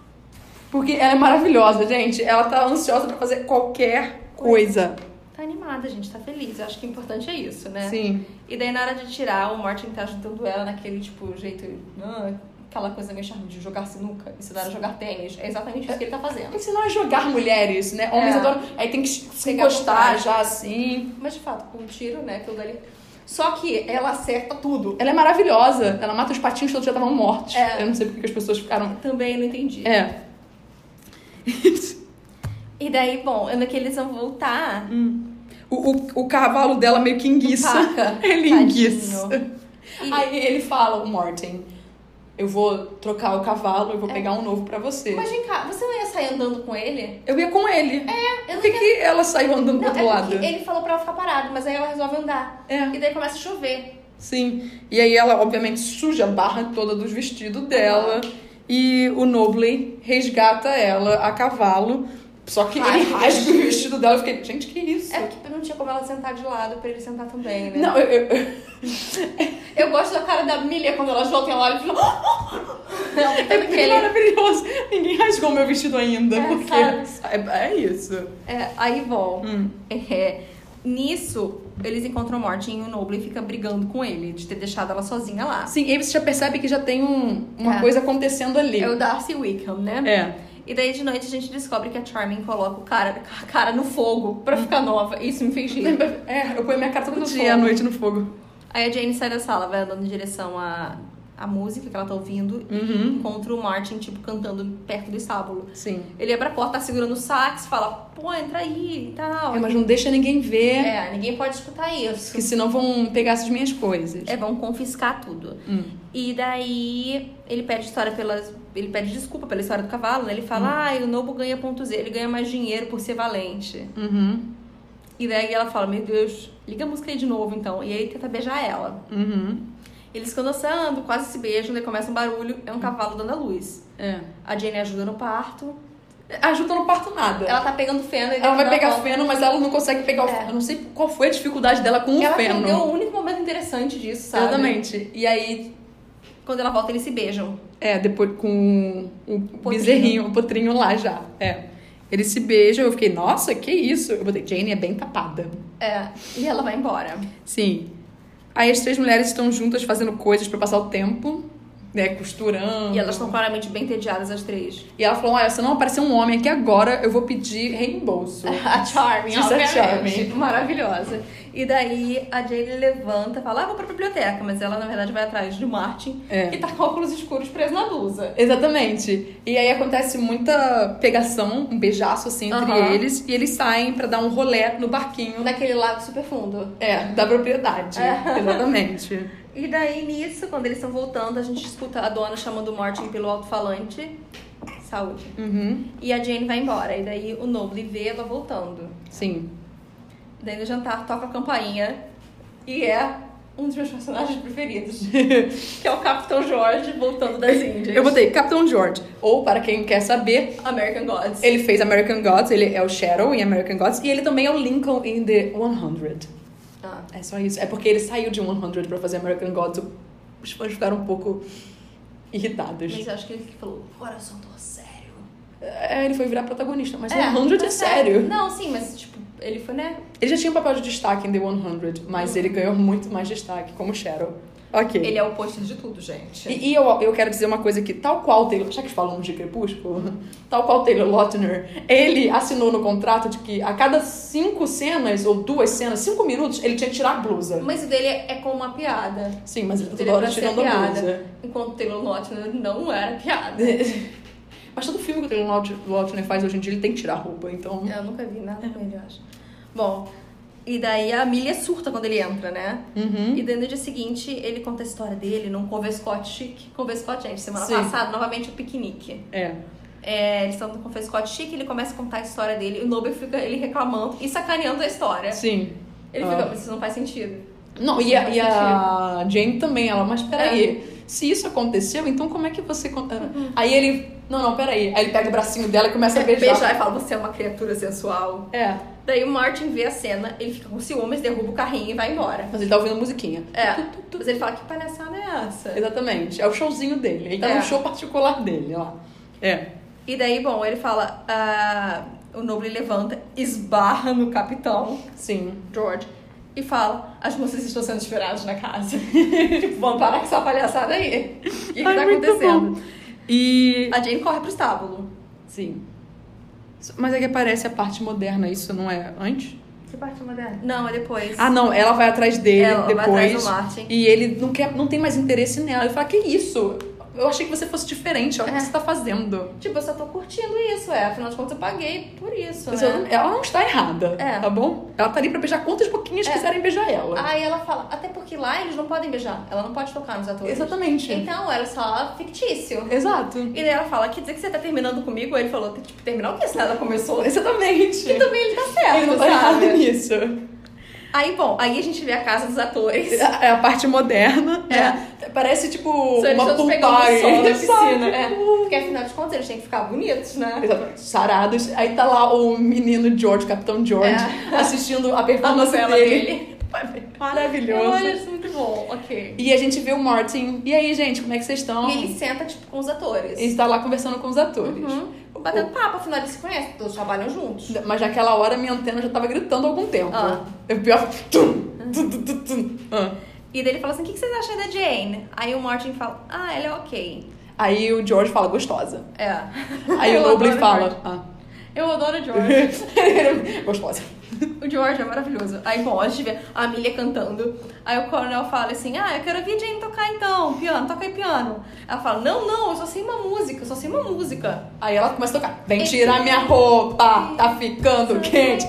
[SPEAKER 2] Porque ela é maravilhosa, gente. Ela tá ansiosa pra fazer qualquer coisa.
[SPEAKER 1] Tá animada, gente, tá feliz. Eu acho que o importante é isso, né?
[SPEAKER 2] Sim.
[SPEAKER 1] E daí na hora de tirar, o Martin tá ajudando ela naquele, tipo, jeito. "Ah", aquela coisa meio charme de jogar sinuca, ensinar a jogar tênis. É exatamente isso que ele tá fazendo.
[SPEAKER 2] Ensinar a é jogar mulheres, né? Homens
[SPEAKER 1] É.
[SPEAKER 2] adoram. Aí tem que se
[SPEAKER 1] Pegar
[SPEAKER 2] encostar
[SPEAKER 1] vontade.
[SPEAKER 2] já assim.
[SPEAKER 1] Mas de fato, com um tiro, né? Aquilo dali. Só que ela acerta tudo.
[SPEAKER 2] Ela é maravilhosa. Ela mata os patinhos, todos já estavam mortos.
[SPEAKER 1] É.
[SPEAKER 2] Eu não sei porque que as pessoas ficaram.
[SPEAKER 1] Também não entendi.
[SPEAKER 2] É.
[SPEAKER 1] E daí, bom, ano que eles vão voltar.
[SPEAKER 2] O, o, o cavalo dela meio que enguiça.
[SPEAKER 1] Paca.
[SPEAKER 2] Ele
[SPEAKER 1] Tadinho.
[SPEAKER 2] enguiça.
[SPEAKER 1] E-
[SPEAKER 2] Aí ele fala, o Martin, eu vou trocar o cavalo, eu vou pegar um novo pra você.
[SPEAKER 1] É. Mas vem cá, você não ia sair andando com ele?
[SPEAKER 2] Eu ia com ele.
[SPEAKER 1] eu
[SPEAKER 2] Por que, que ela saiu
[SPEAKER 1] Não,
[SPEAKER 2] andando pro
[SPEAKER 1] é
[SPEAKER 2] outro lado?
[SPEAKER 1] porque ele falou pra ela ficar parada, mas aí ela resolve andar.
[SPEAKER 2] É.
[SPEAKER 1] E daí começa a chover.
[SPEAKER 2] Sim. E aí ela, obviamente, suja a barra toda dos vestidos dela. E o Nobley resgata ela a cavalo. Só que
[SPEAKER 1] Ai,
[SPEAKER 2] ele rasga o vestido dela. Eu fiquei, gente, que isso?
[SPEAKER 1] É porque não tinha como ela sentar de lado pra ele sentar também, né?
[SPEAKER 2] Não, eu, eu- eu-
[SPEAKER 1] Eu gosto da cara da Milha quando elas voltam ela olha e fala. "Ah, Não,
[SPEAKER 2] é porque ele é maravilhoso. Ninguém rasgou meu vestido ainda.
[SPEAKER 1] É,
[SPEAKER 2] porque
[SPEAKER 1] sabe?
[SPEAKER 2] é, é isso.
[SPEAKER 1] É, aí bom.
[SPEAKER 2] Hum.
[SPEAKER 1] É, nisso, eles encontram o Martin e o Noble fica brigando com ele de ter deixado ela sozinha lá.
[SPEAKER 2] Sim, e aí você já percebe que já tem um- uma
[SPEAKER 1] É.
[SPEAKER 2] coisa acontecendo ali.
[SPEAKER 1] É o Darcy Wickham, né?
[SPEAKER 2] É.
[SPEAKER 1] E daí de noite a gente descobre que a Charming coloca o cara, a cara no fogo pra ficar nova. Isso me fez rir.
[SPEAKER 2] É, eu ponho minha cara todo
[SPEAKER 1] No
[SPEAKER 2] dia à
[SPEAKER 1] fogo.
[SPEAKER 2] noite no fogo.
[SPEAKER 1] Aí a Jane sai da sala, vai andando em direção à, à música que ela tá ouvindo e encontra o Martin, tipo, cantando perto do estábulo.
[SPEAKER 2] Uhum. Sim.
[SPEAKER 1] Ele abre a porta, tá segurando o sax, fala, pô, entra aí e tal.
[SPEAKER 2] É, mas não deixa ninguém ver,
[SPEAKER 1] É, ninguém pode escutar isso.
[SPEAKER 2] que senão vão pegar essas minhas coisas.
[SPEAKER 1] É, vão confiscar tudo.
[SPEAKER 2] Hum.
[SPEAKER 1] E daí ele pede história pelas. Ele pede desculpa pela história do cavalo, né? Ele fala, ah, o Nobo ganha pontos, ele ganha mais dinheiro por ser valente.
[SPEAKER 2] Uhum.
[SPEAKER 1] E daí ela fala, meu Deus, liga a música aí de novo então. E aí tenta beijar ela.
[SPEAKER 2] Uhum.
[SPEAKER 1] Eles ficam dançando, quase se beijam, daí começa um barulho, é um cavalo dando a luz.
[SPEAKER 2] É.
[SPEAKER 1] A Jane ajuda no parto.
[SPEAKER 2] Ajuda no parto nada. Ela,
[SPEAKER 1] Ela tá pegando feno. e
[SPEAKER 2] vai
[SPEAKER 1] dando a
[SPEAKER 2] pegar
[SPEAKER 1] volta.
[SPEAKER 2] feno, mas ela não consegue pegar o
[SPEAKER 1] É.
[SPEAKER 2] feno. Eu não sei qual foi a dificuldade dela com
[SPEAKER 1] Ela
[SPEAKER 2] o feno.
[SPEAKER 1] perdeu o único momento interessante disso, sabe?
[SPEAKER 2] Exatamente. E aí,
[SPEAKER 1] Quando ela volta, eles se beijam.
[SPEAKER 2] é, depois com o
[SPEAKER 1] Um
[SPEAKER 2] bezerrinho, o potrinho lá já. É. Eles se beijam, eu fiquei, nossa, que isso? Eu botei, Jane é bem tapada.
[SPEAKER 1] É. E ela vai embora.
[SPEAKER 2] Sim. Aí as três mulheres estão juntas fazendo coisas pra passar o tempo, né? Costurando.
[SPEAKER 1] E elas estão claramente bem entediadas, as três.
[SPEAKER 2] E ela falou: olha, se não aparecer um homem aqui agora, eu vou pedir reembolso.
[SPEAKER 1] A Charming,
[SPEAKER 2] Isso é
[SPEAKER 1] obviamente.
[SPEAKER 2] Charming.
[SPEAKER 1] Maravilhosa. E daí a Jane levanta, fala, ah, vou pra biblioteca. Mas ela, na verdade, vai atrás de Martin,
[SPEAKER 2] É.
[SPEAKER 1] que tá com óculos escuros preso na blusa.
[SPEAKER 2] Exatamente. E aí acontece muita pegação, um beijaço assim entre
[SPEAKER 1] Aham.
[SPEAKER 2] eles, e eles saem pra dar um rolê no barquinho
[SPEAKER 1] Naquele lago super fundo.
[SPEAKER 2] é, da propriedade.
[SPEAKER 1] É.
[SPEAKER 2] Exatamente.
[SPEAKER 1] E daí, nisso, quando eles estão voltando, a gente escuta a dona chamando o Martin pelo alto-falante. Saúde.
[SPEAKER 2] Uhum.
[SPEAKER 1] E a Jane vai embora. E daí o Noble vê ela voltando.
[SPEAKER 2] Sim.
[SPEAKER 1] Daí no jantar toca a campainha. E é um dos meus personagens preferidos. que é o Capitão George voltando das Índias.
[SPEAKER 2] Eu botei Capitão George. Ou, para quem quer saber,
[SPEAKER 1] American Gods.
[SPEAKER 2] ele fez American Gods, ele é o Shadow em American Gods, e ele também é o Lincoln em The 100.
[SPEAKER 1] Ah.
[SPEAKER 2] É só isso. É porque ele saiu de 100 pra fazer American Gods. Os fãs ficaram um pouco irritados.
[SPEAKER 1] Mas eu acho que ele que falou, agora eu sou um ator sério. um
[SPEAKER 2] É, ele foi virar protagonista, mas The 100 é sério.
[SPEAKER 1] Não, sim, mas tipo, ele foi, né?
[SPEAKER 2] Ele já tinha um papel de destaque em The 100, mas ele ganhou muito mais destaque como Cheryl. Ok.
[SPEAKER 1] Ele é o pôster de tudo, gente.
[SPEAKER 2] E, e eu, eu quero dizer uma coisa que, tal qual Taylor... Já que falamos de Crepúsculo, tal qual Taylor Lautner, ele assinou no contrato de que a cada cinco cenas, ou duas cenas, cinco minutos, ele tinha que tirar a blusa.
[SPEAKER 1] Mas o dele é com uma piada.
[SPEAKER 2] Sim, mas ele tá
[SPEAKER 1] O dele
[SPEAKER 2] toda
[SPEAKER 1] é
[SPEAKER 2] hora
[SPEAKER 1] pra ser
[SPEAKER 2] tirando a blusa. É
[SPEAKER 1] piada. Enquanto Taylor Lautner não era piada.
[SPEAKER 2] Mas todo filme que o Taylor Laut- Lautner faz hoje em dia, ele tem que tirar a roupa, então...
[SPEAKER 1] Eu nunca vi nada com ele, eu acho. Bom, e daí a Millie é surta quando ele entra, né?
[SPEAKER 2] Uhum.
[SPEAKER 1] E daí no dia seguinte ele conta a história dele num converscote chique. Converscote, gente, semana
[SPEAKER 2] Sim.
[SPEAKER 1] passada, novamente o piquenique.
[SPEAKER 2] É.
[SPEAKER 1] É, eles estão no converscote chique, ele começa a contar a história dele. E o Nobel fica ele reclamando e sacaneando a história.
[SPEAKER 2] Sim.
[SPEAKER 1] Ele
[SPEAKER 2] Ah.
[SPEAKER 1] fica, mas isso não faz sentido.
[SPEAKER 2] Não, e a, e a Jane também, ela, mas
[SPEAKER 1] É.
[SPEAKER 2] peraí, se isso aconteceu, então como é que você. con-
[SPEAKER 1] Uhum.
[SPEAKER 2] Aí ele. Não, não, peraí. Aí ele pega o bracinho dela e começa a beijar.
[SPEAKER 1] e fala, você é uma criatura sensual.
[SPEAKER 2] É.
[SPEAKER 1] Daí o Martin vê a cena, ele fica com ciúmes, derruba o carrinho e vai embora.
[SPEAKER 2] Mas ele tá ouvindo musiquinha.
[SPEAKER 1] É. Mas ele fala, que palhaçada é essa?
[SPEAKER 2] Exatamente. É o showzinho dele. Ele tá
[SPEAKER 1] É.
[SPEAKER 2] no show particular dele lá. É.
[SPEAKER 1] E daí, bom, ele fala, ah, o Noble levanta, esbarra no capitão,
[SPEAKER 2] Sim.
[SPEAKER 1] George, e fala, as moças estão sendo esperadas na casa. tipo, vamos parar com essa palhaçada aí. O que, que
[SPEAKER 2] Ai,
[SPEAKER 1] tá
[SPEAKER 2] muito
[SPEAKER 1] acontecendo?
[SPEAKER 2] bom. E.
[SPEAKER 1] A Jane corre pro estábulo.
[SPEAKER 2] Sim. Mas é que aparece a parte moderna, isso não é antes?
[SPEAKER 1] Que parte moderna? Não, é depois.
[SPEAKER 2] Ah, não, ela vai atrás dele
[SPEAKER 1] Ela vai
[SPEAKER 2] depois.
[SPEAKER 1] atrás do Martin.
[SPEAKER 2] E ele não, quer, não tem mais interesse nela. Ele fala, que isso? Eu achei que você fosse diferente, olha o
[SPEAKER 1] É.
[SPEAKER 2] que você tá fazendo.
[SPEAKER 1] Tipo, eu só tô curtindo isso, é. Afinal de contas, eu paguei por isso,
[SPEAKER 2] Mas
[SPEAKER 1] né?
[SPEAKER 2] eu- Ela não está errada,
[SPEAKER 1] É.
[SPEAKER 2] tá bom? Ela tá ali pra beijar quantas boquinhas
[SPEAKER 1] É.
[SPEAKER 2] quiserem beijar ela.
[SPEAKER 1] Aí ela fala, até porque lá eles não podem beijar, ela não pode tocar nos atores.
[SPEAKER 2] Exatamente.
[SPEAKER 1] Ah, Então era só fictício.
[SPEAKER 2] Exato.
[SPEAKER 1] E daí ela fala, quer dizer que você tá terminando comigo? Aí ele falou, tipo, terminar o que se nada começou? E
[SPEAKER 2] Exatamente.
[SPEAKER 1] também ele tá certo,
[SPEAKER 2] Ele não tá errado
[SPEAKER 1] sabe?
[SPEAKER 2] nisso.
[SPEAKER 1] Aí, bom, aí a gente vê a casa dos atores.
[SPEAKER 2] É a parte moderna, né? Parece tipo
[SPEAKER 1] Só É. eles
[SPEAKER 2] uma
[SPEAKER 1] todos
[SPEAKER 2] pool
[SPEAKER 1] pegando sol na
[SPEAKER 2] party.
[SPEAKER 1] piscina.
[SPEAKER 2] Sabe?
[SPEAKER 1] É. Porque afinal de contas eles têm que ficar bonitos, né?
[SPEAKER 2] Exatamente. Sarados. Aí tá lá o menino George, Capitão George,
[SPEAKER 1] É.
[SPEAKER 2] assistindo a performance
[SPEAKER 1] novela
[SPEAKER 2] dele. Maravilhoso.
[SPEAKER 1] Olha, isso é muito bom, ok.
[SPEAKER 2] E a gente vê o Martin. E aí, gente, como é que vocês estão?
[SPEAKER 1] E ele senta, tipo, com os atores.
[SPEAKER 2] Ele tá lá conversando com os atores.
[SPEAKER 1] Uhum. Batendo papo, afinal eles se conhecem, todos trabalham juntos.
[SPEAKER 2] Mas naquela hora minha antena já tava gritando há algum tempo.
[SPEAKER 1] Ah.
[SPEAKER 2] Eu pior. Tum, tum, tum, tum, tum. Ah.
[SPEAKER 1] E daí ele fala assim: o que que vocês acham da Jane? Aí o Martin fala: ah, ela é ok.
[SPEAKER 2] Aí o George fala gostosa.
[SPEAKER 1] É.
[SPEAKER 2] Aí
[SPEAKER 1] Eu
[SPEAKER 2] o Noble
[SPEAKER 1] adoro
[SPEAKER 2] fala.
[SPEAKER 1] George.
[SPEAKER 2] Ah.
[SPEAKER 1] Eu adoro o George.
[SPEAKER 2] gostosa.
[SPEAKER 1] o George é maravilhoso. Aí, bom, a gente vê a Amelia cantando. Aí o coronel fala assim: ah, eu quero ouvir a Jane tocar então, piano, toca aí piano. Ela fala: não, não, eu só sei uma música, eu só sei uma música.
[SPEAKER 2] Aí ela começa a tocar. Vem
[SPEAKER 1] Ei.
[SPEAKER 2] tirar minha roupa, tá ficando quente.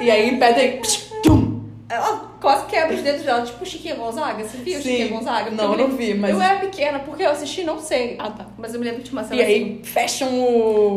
[SPEAKER 2] E aí pedem. psh, tum.
[SPEAKER 1] Ela quase quebra os dedos dela, tipo Chiquinha Gonzaga. Você viu
[SPEAKER 2] Sim.
[SPEAKER 1] Chiquinha Gonzaga? é Porque
[SPEAKER 2] Não,
[SPEAKER 1] eu me-
[SPEAKER 2] eu não vi, mas-
[SPEAKER 1] Eu era pequena, porque eu assisti, não sei.
[SPEAKER 2] Ah, tá.
[SPEAKER 1] Mas eu me lembro de uma cena
[SPEAKER 2] E
[SPEAKER 1] assim.
[SPEAKER 2] aí fecham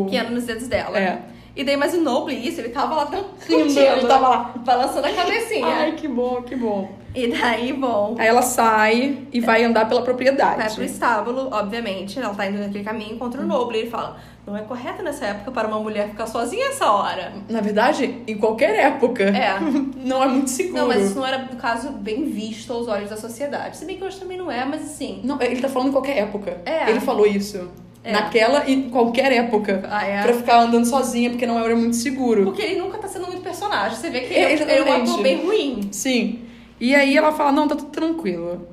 [SPEAKER 2] o.
[SPEAKER 1] que era nos dedos dela.
[SPEAKER 2] É.
[SPEAKER 1] E E daí, mas o Noble, isso, ele tava lá
[SPEAKER 2] Rindo,
[SPEAKER 1] tranquilo.
[SPEAKER 2] ele tava
[SPEAKER 1] né?
[SPEAKER 2] lá.
[SPEAKER 1] Balançando a cabecinha.
[SPEAKER 2] Ai, que bom, que bom.
[SPEAKER 1] E daí, bom,
[SPEAKER 2] Aí ela sai e vai andar pela propriedade.
[SPEAKER 1] vai pro estábulo, obviamente, ela tá indo naquele caminho, encontra o
[SPEAKER 2] Uhum.
[SPEAKER 1] Noble. Ele fala, não é correto nessa época para uma mulher ficar sozinha essa hora.
[SPEAKER 2] Na verdade, em qualquer época.
[SPEAKER 1] É.
[SPEAKER 2] Não é muito seguro.
[SPEAKER 1] Não, mas isso não era, no caso, bem visto aos olhos da sociedade. Se bem que hoje também não é, mas assim...
[SPEAKER 2] Não, ele tá falando em qualquer época.
[SPEAKER 1] É.
[SPEAKER 2] Ele falou isso.
[SPEAKER 1] É.
[SPEAKER 2] Naquela e em qualquer época.
[SPEAKER 1] Ah, é.
[SPEAKER 2] Pra ficar andando sozinha, porque não era muito seguro.
[SPEAKER 1] Porque ele nunca tá sendo muito personagem. Você vê que
[SPEAKER 2] É,
[SPEAKER 1] ele é um
[SPEAKER 2] exatamente.
[SPEAKER 1] ator bem ruim.
[SPEAKER 2] Sim. E aí ela fala, não, tá tudo tranquilo.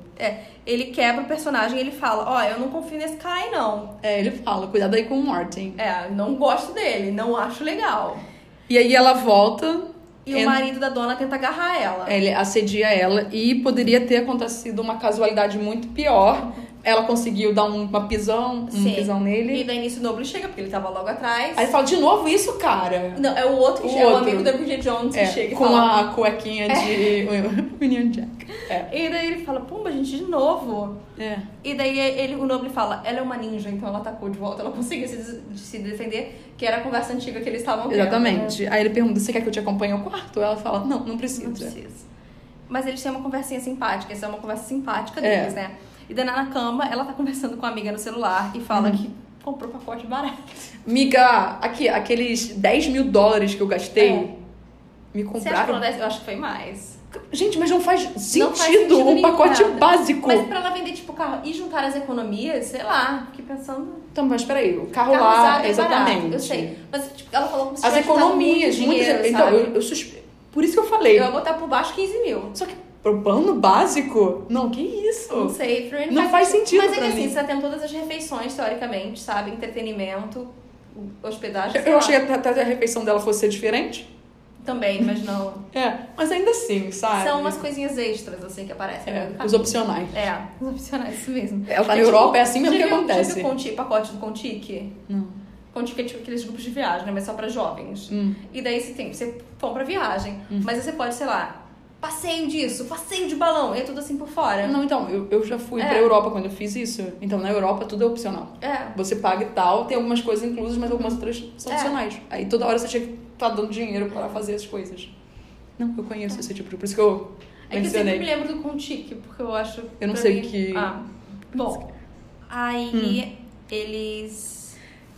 [SPEAKER 1] Ele quebra o personagem e ele fala, ó, eu não confio nesse cara aí, não.
[SPEAKER 2] É, ele fala, cuidado aí com o Martin.
[SPEAKER 1] É, não gosto dele, não acho legal.
[SPEAKER 2] E aí ela volta,
[SPEAKER 1] E
[SPEAKER 2] Entra-
[SPEAKER 1] o marido da dona tenta agarrar ela.
[SPEAKER 2] ele assedia ela e poderia ter acontecido uma casualidade muito pior. Ela conseguiu dar um- uma pisão, um
[SPEAKER 1] Sim.
[SPEAKER 2] pisão nele.
[SPEAKER 1] E daí nisso o Noble chega, porque ele tava logo atrás.
[SPEAKER 2] Aí fala, de novo isso, cara?
[SPEAKER 1] Não, é o outro, que
[SPEAKER 2] O
[SPEAKER 1] chega, é o
[SPEAKER 2] outro.
[SPEAKER 1] amigo do MJ Jones
[SPEAKER 2] É,
[SPEAKER 1] que chega e
[SPEAKER 2] com
[SPEAKER 1] fala.
[SPEAKER 2] a cuequinha de Union Jack. É.
[SPEAKER 1] E daí ele fala, pumba, gente, de novo.
[SPEAKER 2] é.
[SPEAKER 1] E daí ele, o Noble fala, ela é uma ninja, então ela atacou de volta, ela conseguiu se, des- se defender, que era a conversa antiga que eles estavam tendo, né?
[SPEAKER 2] Exatamente. Aí ele pergunta: você quer que eu te acompanhe ao quarto? Ela fala: não, não precisa.
[SPEAKER 1] Não precisa. Mas eles têm uma conversinha simpática, essa é uma conversa simpática
[SPEAKER 2] É.
[SPEAKER 1] deles, né? E daí na cama, ela tá conversando com a amiga no celular e fala que Uhum. comprou pacote barato.
[SPEAKER 2] Miga, aqui, aqueles 10 mil dólares que eu gastei,
[SPEAKER 1] É.
[SPEAKER 2] me
[SPEAKER 1] Você acha que
[SPEAKER 2] compraram.
[SPEAKER 1] ela deve- Eu acho que foi mais.
[SPEAKER 2] Gente, mas não faz sentido,
[SPEAKER 1] Não faz sentido
[SPEAKER 2] um
[SPEAKER 1] nenhum,
[SPEAKER 2] pacote
[SPEAKER 1] nada.
[SPEAKER 2] básico.
[SPEAKER 1] Mas pra ela vender, tipo, carro e juntar as economias, sei lá, fiquei pensando.
[SPEAKER 2] Então, mas peraí, o carro,
[SPEAKER 1] Carro
[SPEAKER 2] lá,
[SPEAKER 1] usado é
[SPEAKER 2] exatamente.
[SPEAKER 1] barato, eu sei. Mas tipo, ela falou como se
[SPEAKER 2] As
[SPEAKER 1] tivesse juntado
[SPEAKER 2] economias,
[SPEAKER 1] muito dinheiro,
[SPEAKER 2] muitas. Então,
[SPEAKER 1] sabe?
[SPEAKER 2] eu, eu suspe... Por isso que eu falei.
[SPEAKER 1] Eu ia botar por baixo 15 mil.
[SPEAKER 2] Só que pro plano básico? Não, que isso?
[SPEAKER 1] Não sei, pra mim
[SPEAKER 2] Não faz sentido
[SPEAKER 1] Mas é
[SPEAKER 2] pra
[SPEAKER 1] que assim,
[SPEAKER 2] mim.
[SPEAKER 1] você tem todas as refeições, teoricamente, sabe? Entretenimento, hospedagem.
[SPEAKER 2] Eu-
[SPEAKER 1] sei
[SPEAKER 2] Eu
[SPEAKER 1] lá.
[SPEAKER 2] achei até até a refeição dela fosse ser diferente.
[SPEAKER 1] Também, mas não.
[SPEAKER 2] É, mas ainda assim, sabe?
[SPEAKER 1] São umas coisinhas extras, assim, que aparecem. né?
[SPEAKER 2] É, os opcionais.
[SPEAKER 1] É, os opcionais, isso mesmo.
[SPEAKER 2] Ela tá
[SPEAKER 1] É
[SPEAKER 2] na
[SPEAKER 1] tipo-
[SPEAKER 2] Europa, é assim mesmo que
[SPEAKER 1] já viu-
[SPEAKER 2] acontece.
[SPEAKER 1] Já viu o Conti, pacote do Contique?
[SPEAKER 2] Não.
[SPEAKER 1] Contique é tipo aqueles grupos de viagem, né? Mas só pra jovens.
[SPEAKER 2] Hum.
[SPEAKER 1] E daí você tem, você compra viagem, mas você pode, sei lá, passeio disso, passeio de balão, e é tudo assim por fora.
[SPEAKER 2] Não, então, eu, eu já fui
[SPEAKER 1] É.
[SPEAKER 2] pra Europa quando eu fiz isso. Então, na Europa, tudo é opcional.
[SPEAKER 1] É.
[SPEAKER 2] Você paga e tal, tem algumas coisas inclusas, mas algumas outras são
[SPEAKER 1] É.
[SPEAKER 2] opcionais. Aí, toda hora, você tinha que estar dando dinheiro para fazer as coisas. Não, eu conheço esse tipo, por isso que eu
[SPEAKER 1] É que eu sempre me
[SPEAKER 2] mencionei.
[SPEAKER 1] lembro do Contique, porque eu acho.
[SPEAKER 2] Eu não
[SPEAKER 1] pra
[SPEAKER 2] sei
[SPEAKER 1] mim-
[SPEAKER 2] que-
[SPEAKER 1] Ah,
[SPEAKER 2] é.
[SPEAKER 1] bom. Aí
[SPEAKER 2] Hum.
[SPEAKER 1] eles.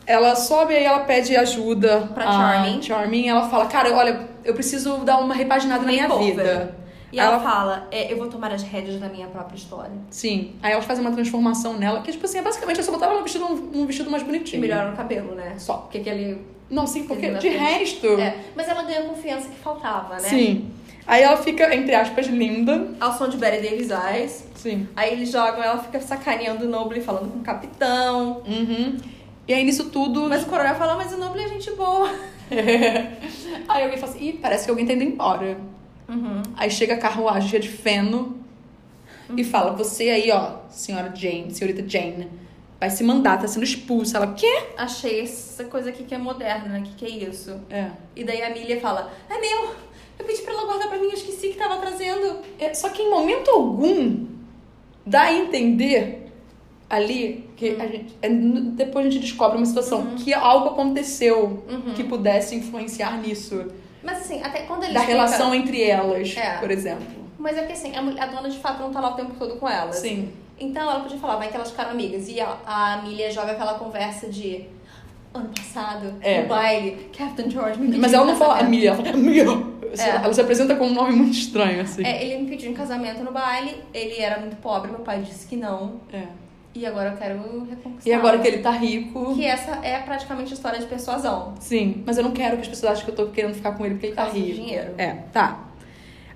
[SPEAKER 2] Ela sobe aí, ela pede ajuda
[SPEAKER 1] Pra
[SPEAKER 2] a
[SPEAKER 1] Charming.
[SPEAKER 2] Charming, ela fala, cara, olha, eu preciso dar uma repaginada na minha
[SPEAKER 1] Makeover.
[SPEAKER 2] vida.
[SPEAKER 1] E ela,
[SPEAKER 2] Ela-
[SPEAKER 1] fala: é, eu vou tomar as rédeas da minha própria história.
[SPEAKER 2] Sim. Aí ela faz uma transformação nela, que tipo assim, é basicamente eu só botava ela no vestido, um, um vestido mais
[SPEAKER 1] E
[SPEAKER 2] bonitinho.
[SPEAKER 1] melhoram o cabelo, né?
[SPEAKER 2] Só.
[SPEAKER 1] Porque aquele.
[SPEAKER 2] Não, sim, porque
[SPEAKER 1] Exatamente.
[SPEAKER 2] de resto.
[SPEAKER 1] É, mas ela ganha a confiança que faltava, né?
[SPEAKER 2] Sim. Aí ela fica, entre aspas, linda.
[SPEAKER 1] Ao som de Barry Davis Eyes.
[SPEAKER 2] Sim.
[SPEAKER 1] Aí eles jogam, ela fica sacaneando o Noble, falando com o capitão.
[SPEAKER 2] Uhum. E aí nisso tudo.
[SPEAKER 1] Mas o coronel fala, mas o Noble é gente boa.
[SPEAKER 2] aí alguém fala assim, ih, parece que alguém tá indo embora. Aí chega a carruagem cheia de feno e fala: Você aí, ó, senhora Jane, senhorita Jane, vai se mandar, tá sendo expulsa. Ela, quê?
[SPEAKER 1] Achei essa coisa aqui que é moderna, né? Que que é isso?
[SPEAKER 2] É.
[SPEAKER 1] E daí a Milha fala, é meu! Eu pedi pra ela guardar pra mim, eu esqueci que tava trazendo.
[SPEAKER 2] É, só que em momento algum dá a entender ali que a gente, é, n- depois a gente descobre uma situação que algo aconteceu que pudesse influenciar nisso.
[SPEAKER 1] Mas assim, até quando ele
[SPEAKER 2] da
[SPEAKER 1] explica-
[SPEAKER 2] relação entre elas,
[SPEAKER 1] É.
[SPEAKER 2] por exemplo.
[SPEAKER 1] Mas é que assim, a mulher- a dona de fato não tá lá o tempo todo com elas.
[SPEAKER 2] Sim.
[SPEAKER 1] Então ela podia falar, vai que elas ficaram amigas. E a, a Amelia joga aquela conversa de ano passado,
[SPEAKER 2] É.
[SPEAKER 1] no baile, Captain George me pediu
[SPEAKER 2] Mas ela não
[SPEAKER 1] em
[SPEAKER 2] fala
[SPEAKER 1] casamento."
[SPEAKER 2] Amelia, ela fala Amelia.
[SPEAKER 1] É.
[SPEAKER 2] Ela se apresenta com um nome muito estranho, assim.
[SPEAKER 1] É, ele me pediu em casamento no baile, ele era muito pobre, meu pai disse que não.
[SPEAKER 2] É.
[SPEAKER 1] E agora eu quero reconquistar.
[SPEAKER 2] E agora que ele tá rico.
[SPEAKER 1] Que essa é praticamente a história de persuasão.
[SPEAKER 2] Sim, mas eu não quero que as pessoas achem que eu tô querendo ficar com ele porque ele
[SPEAKER 1] Por
[SPEAKER 2] tá
[SPEAKER 1] causa do
[SPEAKER 2] rico.
[SPEAKER 1] dinheiro.
[SPEAKER 2] É, tá.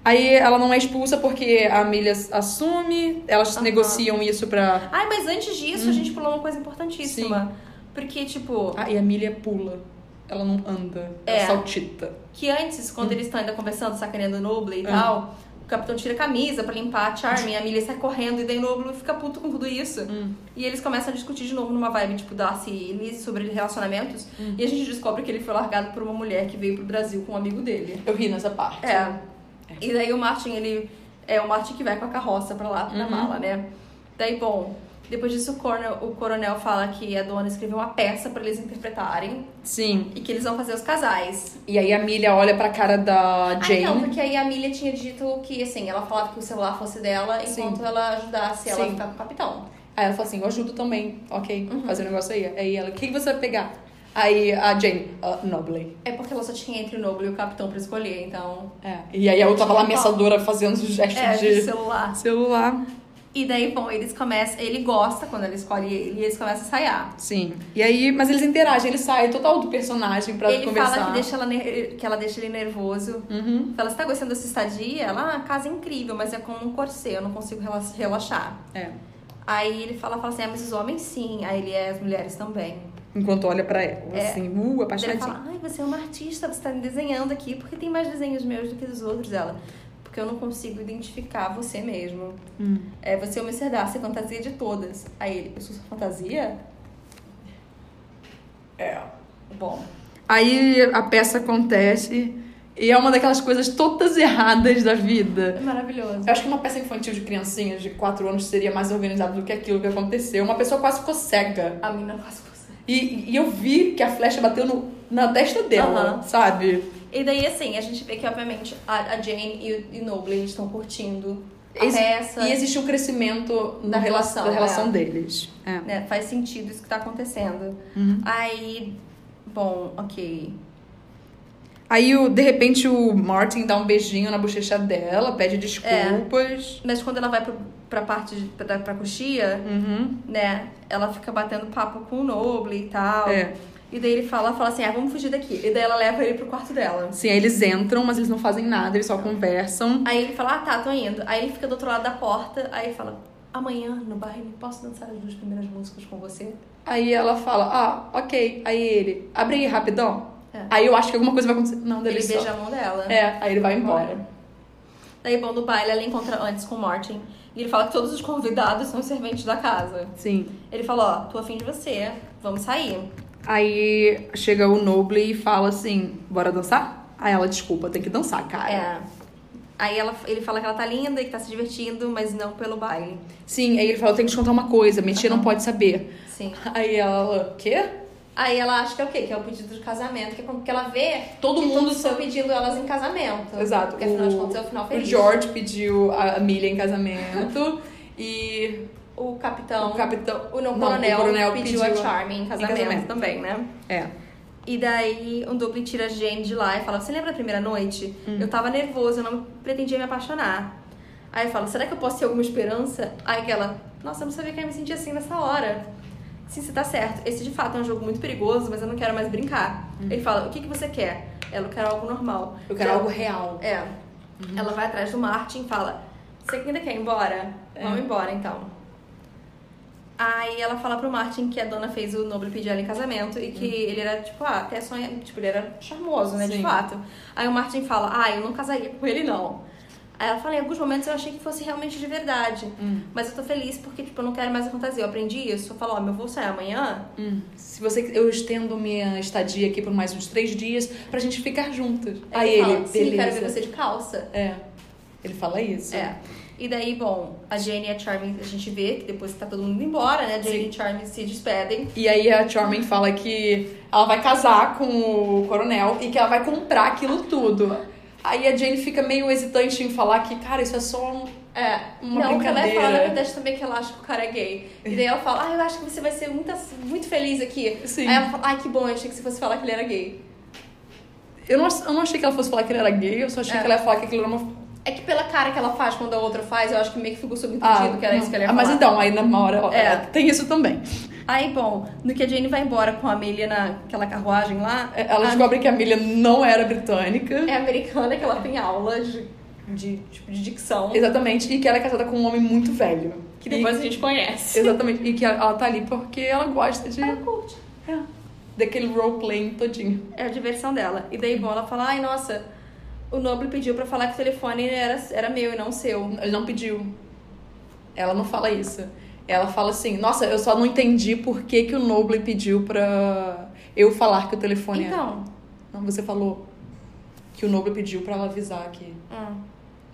[SPEAKER 2] Aí ela não é expulsa porque a Amelia assume, elas
[SPEAKER 1] Aham.
[SPEAKER 2] negociam isso pra.
[SPEAKER 1] Ai, mas antes disso, a gente pulou uma coisa importantíssima. Porque, tipo,
[SPEAKER 2] Ah, e a Amelia pula. Ela não anda,
[SPEAKER 1] É.
[SPEAKER 2] ela saltita.
[SPEAKER 1] que antes, quando eles estão ainda conversando, sacaneando o Noble e
[SPEAKER 2] Ah.
[SPEAKER 1] tal, o capitão tira a camisa pra limpar a Charmin, a Millie sai correndo e daí o Noble fica puto com tudo isso. E eles começam a discutir de novo numa vibe, tipo, Darcy e Liz sobre relacionamentos. E a gente descobre que ele foi largado por uma mulher que veio pro Brasil com um amigo dele.
[SPEAKER 2] Eu ri nessa parte.
[SPEAKER 1] É. Uhum. E daí o Martin, ele. É o Martin que vai com a carroça pra lá, na mala, né? Daí, bom. Depois disso, o coronel, o coronel fala que a dona escreveu uma peça pra eles interpretarem
[SPEAKER 2] Sim.
[SPEAKER 1] e que eles vão fazer os casais.
[SPEAKER 2] E aí a Milha olha pra cara da Jane.
[SPEAKER 1] Ah, não, porque aí a Milha tinha dito que, assim, ela falava que o celular fosse dela
[SPEAKER 2] Sim.
[SPEAKER 1] enquanto ela ajudasse ela a
[SPEAKER 2] Sim.
[SPEAKER 1] ficar com o capitão.
[SPEAKER 2] Aí ela fala assim, eu ajudo também, ok,
[SPEAKER 1] Uhum.
[SPEAKER 2] fazer um negócio aí. Aí ela, o que que você vai pegar? Aí a Jane, "Ah, Nobley.
[SPEAKER 1] É porque ela só tinha entre o Noble e o capitão pra escolher, então.
[SPEAKER 2] É. E aí a outra lá, ameaçadora, fazendo os gestos
[SPEAKER 1] É, de
[SPEAKER 2] de
[SPEAKER 1] celular.
[SPEAKER 2] celular.
[SPEAKER 1] E daí, bom, eles começam. Ele gosta quando ela escolhe ele e eles começam a ensaiar.
[SPEAKER 2] Sim. E aí, mas eles interagem, ele sai total do personagem pra
[SPEAKER 1] ele
[SPEAKER 2] conversar.
[SPEAKER 1] fala que, deixa ela, ner- que ela deixa ele nervoso.
[SPEAKER 2] Uhum.
[SPEAKER 1] Fala, você tá gostando dessa estadia? Ela, ah, a casa é incrível, mas é como um corset, eu não consigo rela- relaxar.
[SPEAKER 2] É.
[SPEAKER 1] Aí ele fala, fala assim, ah, mas os homens sim. Aí ele é as mulheres também.
[SPEAKER 2] Enquanto olha pra ela,
[SPEAKER 1] É.
[SPEAKER 2] assim, uh,
[SPEAKER 1] Daí Ele
[SPEAKER 2] apaixonadinha.
[SPEAKER 1] fala, ai, você é uma artista, você tá me desenhando aqui. Porque tem mais desenhos meus do que dos outros, ela. Porque eu não consigo identificar você mesmo.
[SPEAKER 2] Hum.
[SPEAKER 1] É, você é uma Mr. você é fantasia de todas. Aí ele, eu sou sua fantasia?
[SPEAKER 2] É.
[SPEAKER 1] Bom,
[SPEAKER 2] Aí a peça acontece e é uma daquelas coisas todas erradas da vida.
[SPEAKER 1] é maravilhoso.
[SPEAKER 2] Eu acho que uma peça infantil de criancinhas de 4 anos seria mais organizada do que aquilo que aconteceu. Uma pessoa quase ficou cega.
[SPEAKER 1] A menina faz coisa.
[SPEAKER 2] E, e eu vi que a flecha bateu no, na testa dela,
[SPEAKER 1] Aham.
[SPEAKER 2] sabe?
[SPEAKER 1] E daí, assim, a gente vê que, obviamente, a, a Jane e o, e o Noble, eles estão curtindo a
[SPEAKER 2] Esse-
[SPEAKER 1] peça.
[SPEAKER 2] E existe um crescimento
[SPEAKER 1] Da
[SPEAKER 2] na
[SPEAKER 1] relação,
[SPEAKER 2] relação, da relação
[SPEAKER 1] é.
[SPEAKER 2] deles. É.
[SPEAKER 1] né, Faz sentido isso que tá acontecendo.
[SPEAKER 2] Uhum.
[SPEAKER 1] Aí, bom, ok.
[SPEAKER 2] Aí, o, de repente, o Martin dá um beijinho na bochecha dela, pede desculpas.
[SPEAKER 1] Mas quando ela vai pro, pra parte, de, pra, pra coxia,
[SPEAKER 2] Uhum.
[SPEAKER 1] né, ela fica batendo papo com o Noble e tal.
[SPEAKER 2] É.
[SPEAKER 1] E daí ele fala, fala assim, ah, vamos fugir daqui. E daí ela leva ele pro quarto dela.
[SPEAKER 2] Sim, Assim, aí eles entram, mas eles não fazem nada, eles só conversam.
[SPEAKER 1] Aí ele fala, ah, tá, tô indo. Aí ele fica do outro lado da porta, aí ele fala, amanhã no baile posso dançar as duas primeiras músicas com você?
[SPEAKER 2] Aí ela fala, ah, ok. Aí ele, abre aí rapidão.
[SPEAKER 1] É.
[SPEAKER 2] Aí eu acho que alguma coisa vai acontecer. Não, dele
[SPEAKER 1] Ele
[SPEAKER 2] só.
[SPEAKER 1] beija a mão dela.
[SPEAKER 2] É, aí ele vai embora.
[SPEAKER 1] Daí, bom, no baile ela encontra antes com o Martin. E ele fala que todos os convidados são os serventes da casa.
[SPEAKER 2] Sim.
[SPEAKER 1] Ele fala, ó, tô afim de você, vamos sair.
[SPEAKER 2] Aí chega o Noble e fala assim, bora dançar? Aí ela, desculpa, tem que dançar, cara.
[SPEAKER 1] É. Aí ela, ele fala que ela tá linda e que tá se divertindo, mas não pelo baile.
[SPEAKER 2] Sim, aí ele fala, tem que te contar uma coisa, mentira não pode saber.
[SPEAKER 1] Sim.
[SPEAKER 2] Aí ela, quê?
[SPEAKER 1] Aí ela acha que é o quê? Que é o pedido de casamento, que é como que ela vê
[SPEAKER 2] Todo
[SPEAKER 1] que
[SPEAKER 2] mundo
[SPEAKER 1] todos estão pedindo elas em casamento.
[SPEAKER 2] Exato.
[SPEAKER 1] Porque afinal de contas é o final feliz.
[SPEAKER 2] O George pediu a Milha em casamento e
[SPEAKER 1] O capitão.
[SPEAKER 2] o capitão...
[SPEAKER 1] O não,
[SPEAKER 2] Não,
[SPEAKER 1] coronel,
[SPEAKER 2] o coronel
[SPEAKER 1] pediu, a
[SPEAKER 2] pediu a-
[SPEAKER 1] Charming em casamento,
[SPEAKER 2] casamento.
[SPEAKER 1] também, né?
[SPEAKER 2] É.
[SPEAKER 1] E daí o Dublin tira a Jane de lá e fala: Você lembra da primeira noite? Eu tava nervoso, eu não pretendia me apaixonar. Aí fala: Será que eu posso ter alguma esperança? Aí aquela: Nossa, eu não sabia que eu ia me sentir assim nessa hora. Sim, você tá certo. Esse de fato é um jogo muito perigoso, mas eu não quero mais brincar. Ele fala: O que, que você quer? Ela: Eu quero algo normal.
[SPEAKER 2] Eu quero
[SPEAKER 1] Ela-
[SPEAKER 2] algo real.
[SPEAKER 1] É.
[SPEAKER 2] Uhum.
[SPEAKER 1] Ela vai atrás do Martin e fala: Você ainda quer ir embora?
[SPEAKER 2] É.
[SPEAKER 1] Vamos embora então. Aí ela fala pro Martin que a dona fez o Noble pedir ela em casamento e que ele era, tipo, ah, até sonha. Tipo, ele era charmoso, né? De
[SPEAKER 2] Uhum. Sim.
[SPEAKER 1] fato. Aí o Martin fala: Ah, eu não casaria com ele não. Aí ela fala: Em alguns momentos eu achei que fosse realmente de verdade.
[SPEAKER 2] Hum.
[SPEAKER 1] Mas eu tô feliz porque, tipo, eu não quero mais a fantasia. Eu aprendi isso. Eu falo: Ó, meu voo sai amanhã.
[SPEAKER 2] Se você, eu estendo minha estadia aqui por mais uns três dias pra gente ficar juntas. Aí,
[SPEAKER 1] Aí
[SPEAKER 2] ele,
[SPEAKER 1] fala, Sim,
[SPEAKER 2] beleza.
[SPEAKER 1] quero ver você de calça.
[SPEAKER 2] É. Ele fala isso.
[SPEAKER 1] É. E daí, bom, a Jane e a Charming a gente vê que depois que tá todo mundo indo embora, né? A Jane
[SPEAKER 2] Sim.
[SPEAKER 1] e a Charming se despedem.
[SPEAKER 2] E aí a Charming fala que ela vai casar com o coronel e que ela vai comprar aquilo tudo. Aí a Jane fica meio hesitante em falar que, cara, isso é só um.
[SPEAKER 1] É,
[SPEAKER 2] Uma
[SPEAKER 1] não, que ela vai falar, na
[SPEAKER 2] brincadeira.
[SPEAKER 1] verdade, também que ela acha que o cara é gay. E daí ela fala, ah, eu acho que você vai ser muito, muito feliz aqui.
[SPEAKER 2] Sim.
[SPEAKER 1] Aí ela fala, ai, que bom, eu achei que você fosse falar que ele era gay.
[SPEAKER 2] Eu não, eu não achei que ela fosse falar que ele era gay, eu só achei
[SPEAKER 1] É.
[SPEAKER 2] que ela ia falar que aquilo era uma.
[SPEAKER 1] É que pela cara que ela faz quando a outra faz, eu acho que meio que ficou subentendido que era isso que ela ia
[SPEAKER 2] ah,
[SPEAKER 1] falar.
[SPEAKER 2] mas então, aí na hora ela-
[SPEAKER 1] É.
[SPEAKER 2] ela tem isso também.
[SPEAKER 1] Aí, bom, no que a Jane vai embora com a Amelia naquela carruagem lá,
[SPEAKER 2] É, Ela descobre que a Milha não era britânica.
[SPEAKER 1] é americana, que ela tem aulas de, de, tipo, de dicção,
[SPEAKER 2] Exatamente, e que ela é casada com um homem muito velho.
[SPEAKER 1] que depois
[SPEAKER 2] E-
[SPEAKER 1] a gente conhece.
[SPEAKER 2] exatamente, e que ela, ela tá ali porque ela gosta de
[SPEAKER 1] Ela curte.
[SPEAKER 2] é, daquele role-playing todinho.
[SPEAKER 1] É a diversão dela. E daí, bom, ela fala, ai, nossa, o Noble pediu pra falar que o telefone era, era meu e não seu.
[SPEAKER 2] Ele não pediu. Ela não fala isso. Ela fala assim: "Nossa, eu só não entendi por que que o Noble pediu pra eu falar que o telefone era."
[SPEAKER 1] Então,
[SPEAKER 2] Não, você falou que o Noble pediu pra ela avisar aqui.
[SPEAKER 1] hum,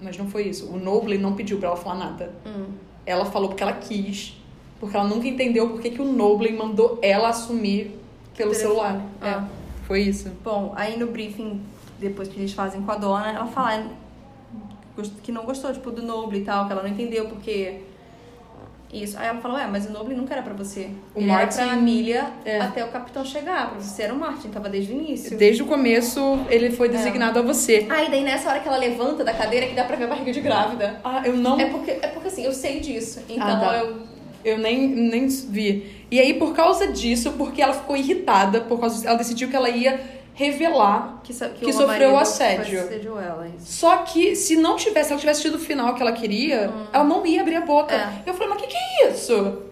[SPEAKER 2] Mas não foi isso. O Noble não pediu pra ela falar nada.
[SPEAKER 1] hum.
[SPEAKER 2] Ela falou porque ela quis. Porque ela nunca entendeu por que que o Noblin mandou ela assumir pelo
[SPEAKER 1] Telefone.
[SPEAKER 2] celular. É,
[SPEAKER 1] Ah.
[SPEAKER 2] foi isso.
[SPEAKER 1] Bom, aí no briefing, depois que eles fazem com a dona, ela fala gost- que não gostou, tipo, do Noble e tal, que ela não entendeu porque. Isso. Aí ela fala, ué, mas o Noble nunca era pra você.
[SPEAKER 2] O
[SPEAKER 1] Ele
[SPEAKER 2] Martin-
[SPEAKER 1] era pra Milha
[SPEAKER 2] É.
[SPEAKER 1] até o capitão chegar. Pra você era o Martin, tava desde o início.
[SPEAKER 2] Desde o começo, ele foi
[SPEAKER 1] É.
[SPEAKER 2] designado a você.
[SPEAKER 1] Aí Ah, daí nessa hora que ela levanta da cadeira que dá pra ver a barriga de grávida.
[SPEAKER 2] Ah, eu não.
[SPEAKER 1] É porque, é porque assim, eu sei disso. Então
[SPEAKER 2] Ah, tá.
[SPEAKER 1] eu.
[SPEAKER 2] Eu nem, nem vi. E aí, por causa disso, porque ela ficou irritada, por causa ela decidiu que ela ia revelar
[SPEAKER 1] Que, sa-
[SPEAKER 2] Que
[SPEAKER 1] o
[SPEAKER 2] sofreu
[SPEAKER 1] marido
[SPEAKER 2] assédio.
[SPEAKER 1] assediou ela, isso.
[SPEAKER 2] Só que se não tivesse, se ela tivesse tido o final que ela queria, ela não ia abrir a boca.
[SPEAKER 1] É.
[SPEAKER 2] Eu falei, mas o que, que é isso?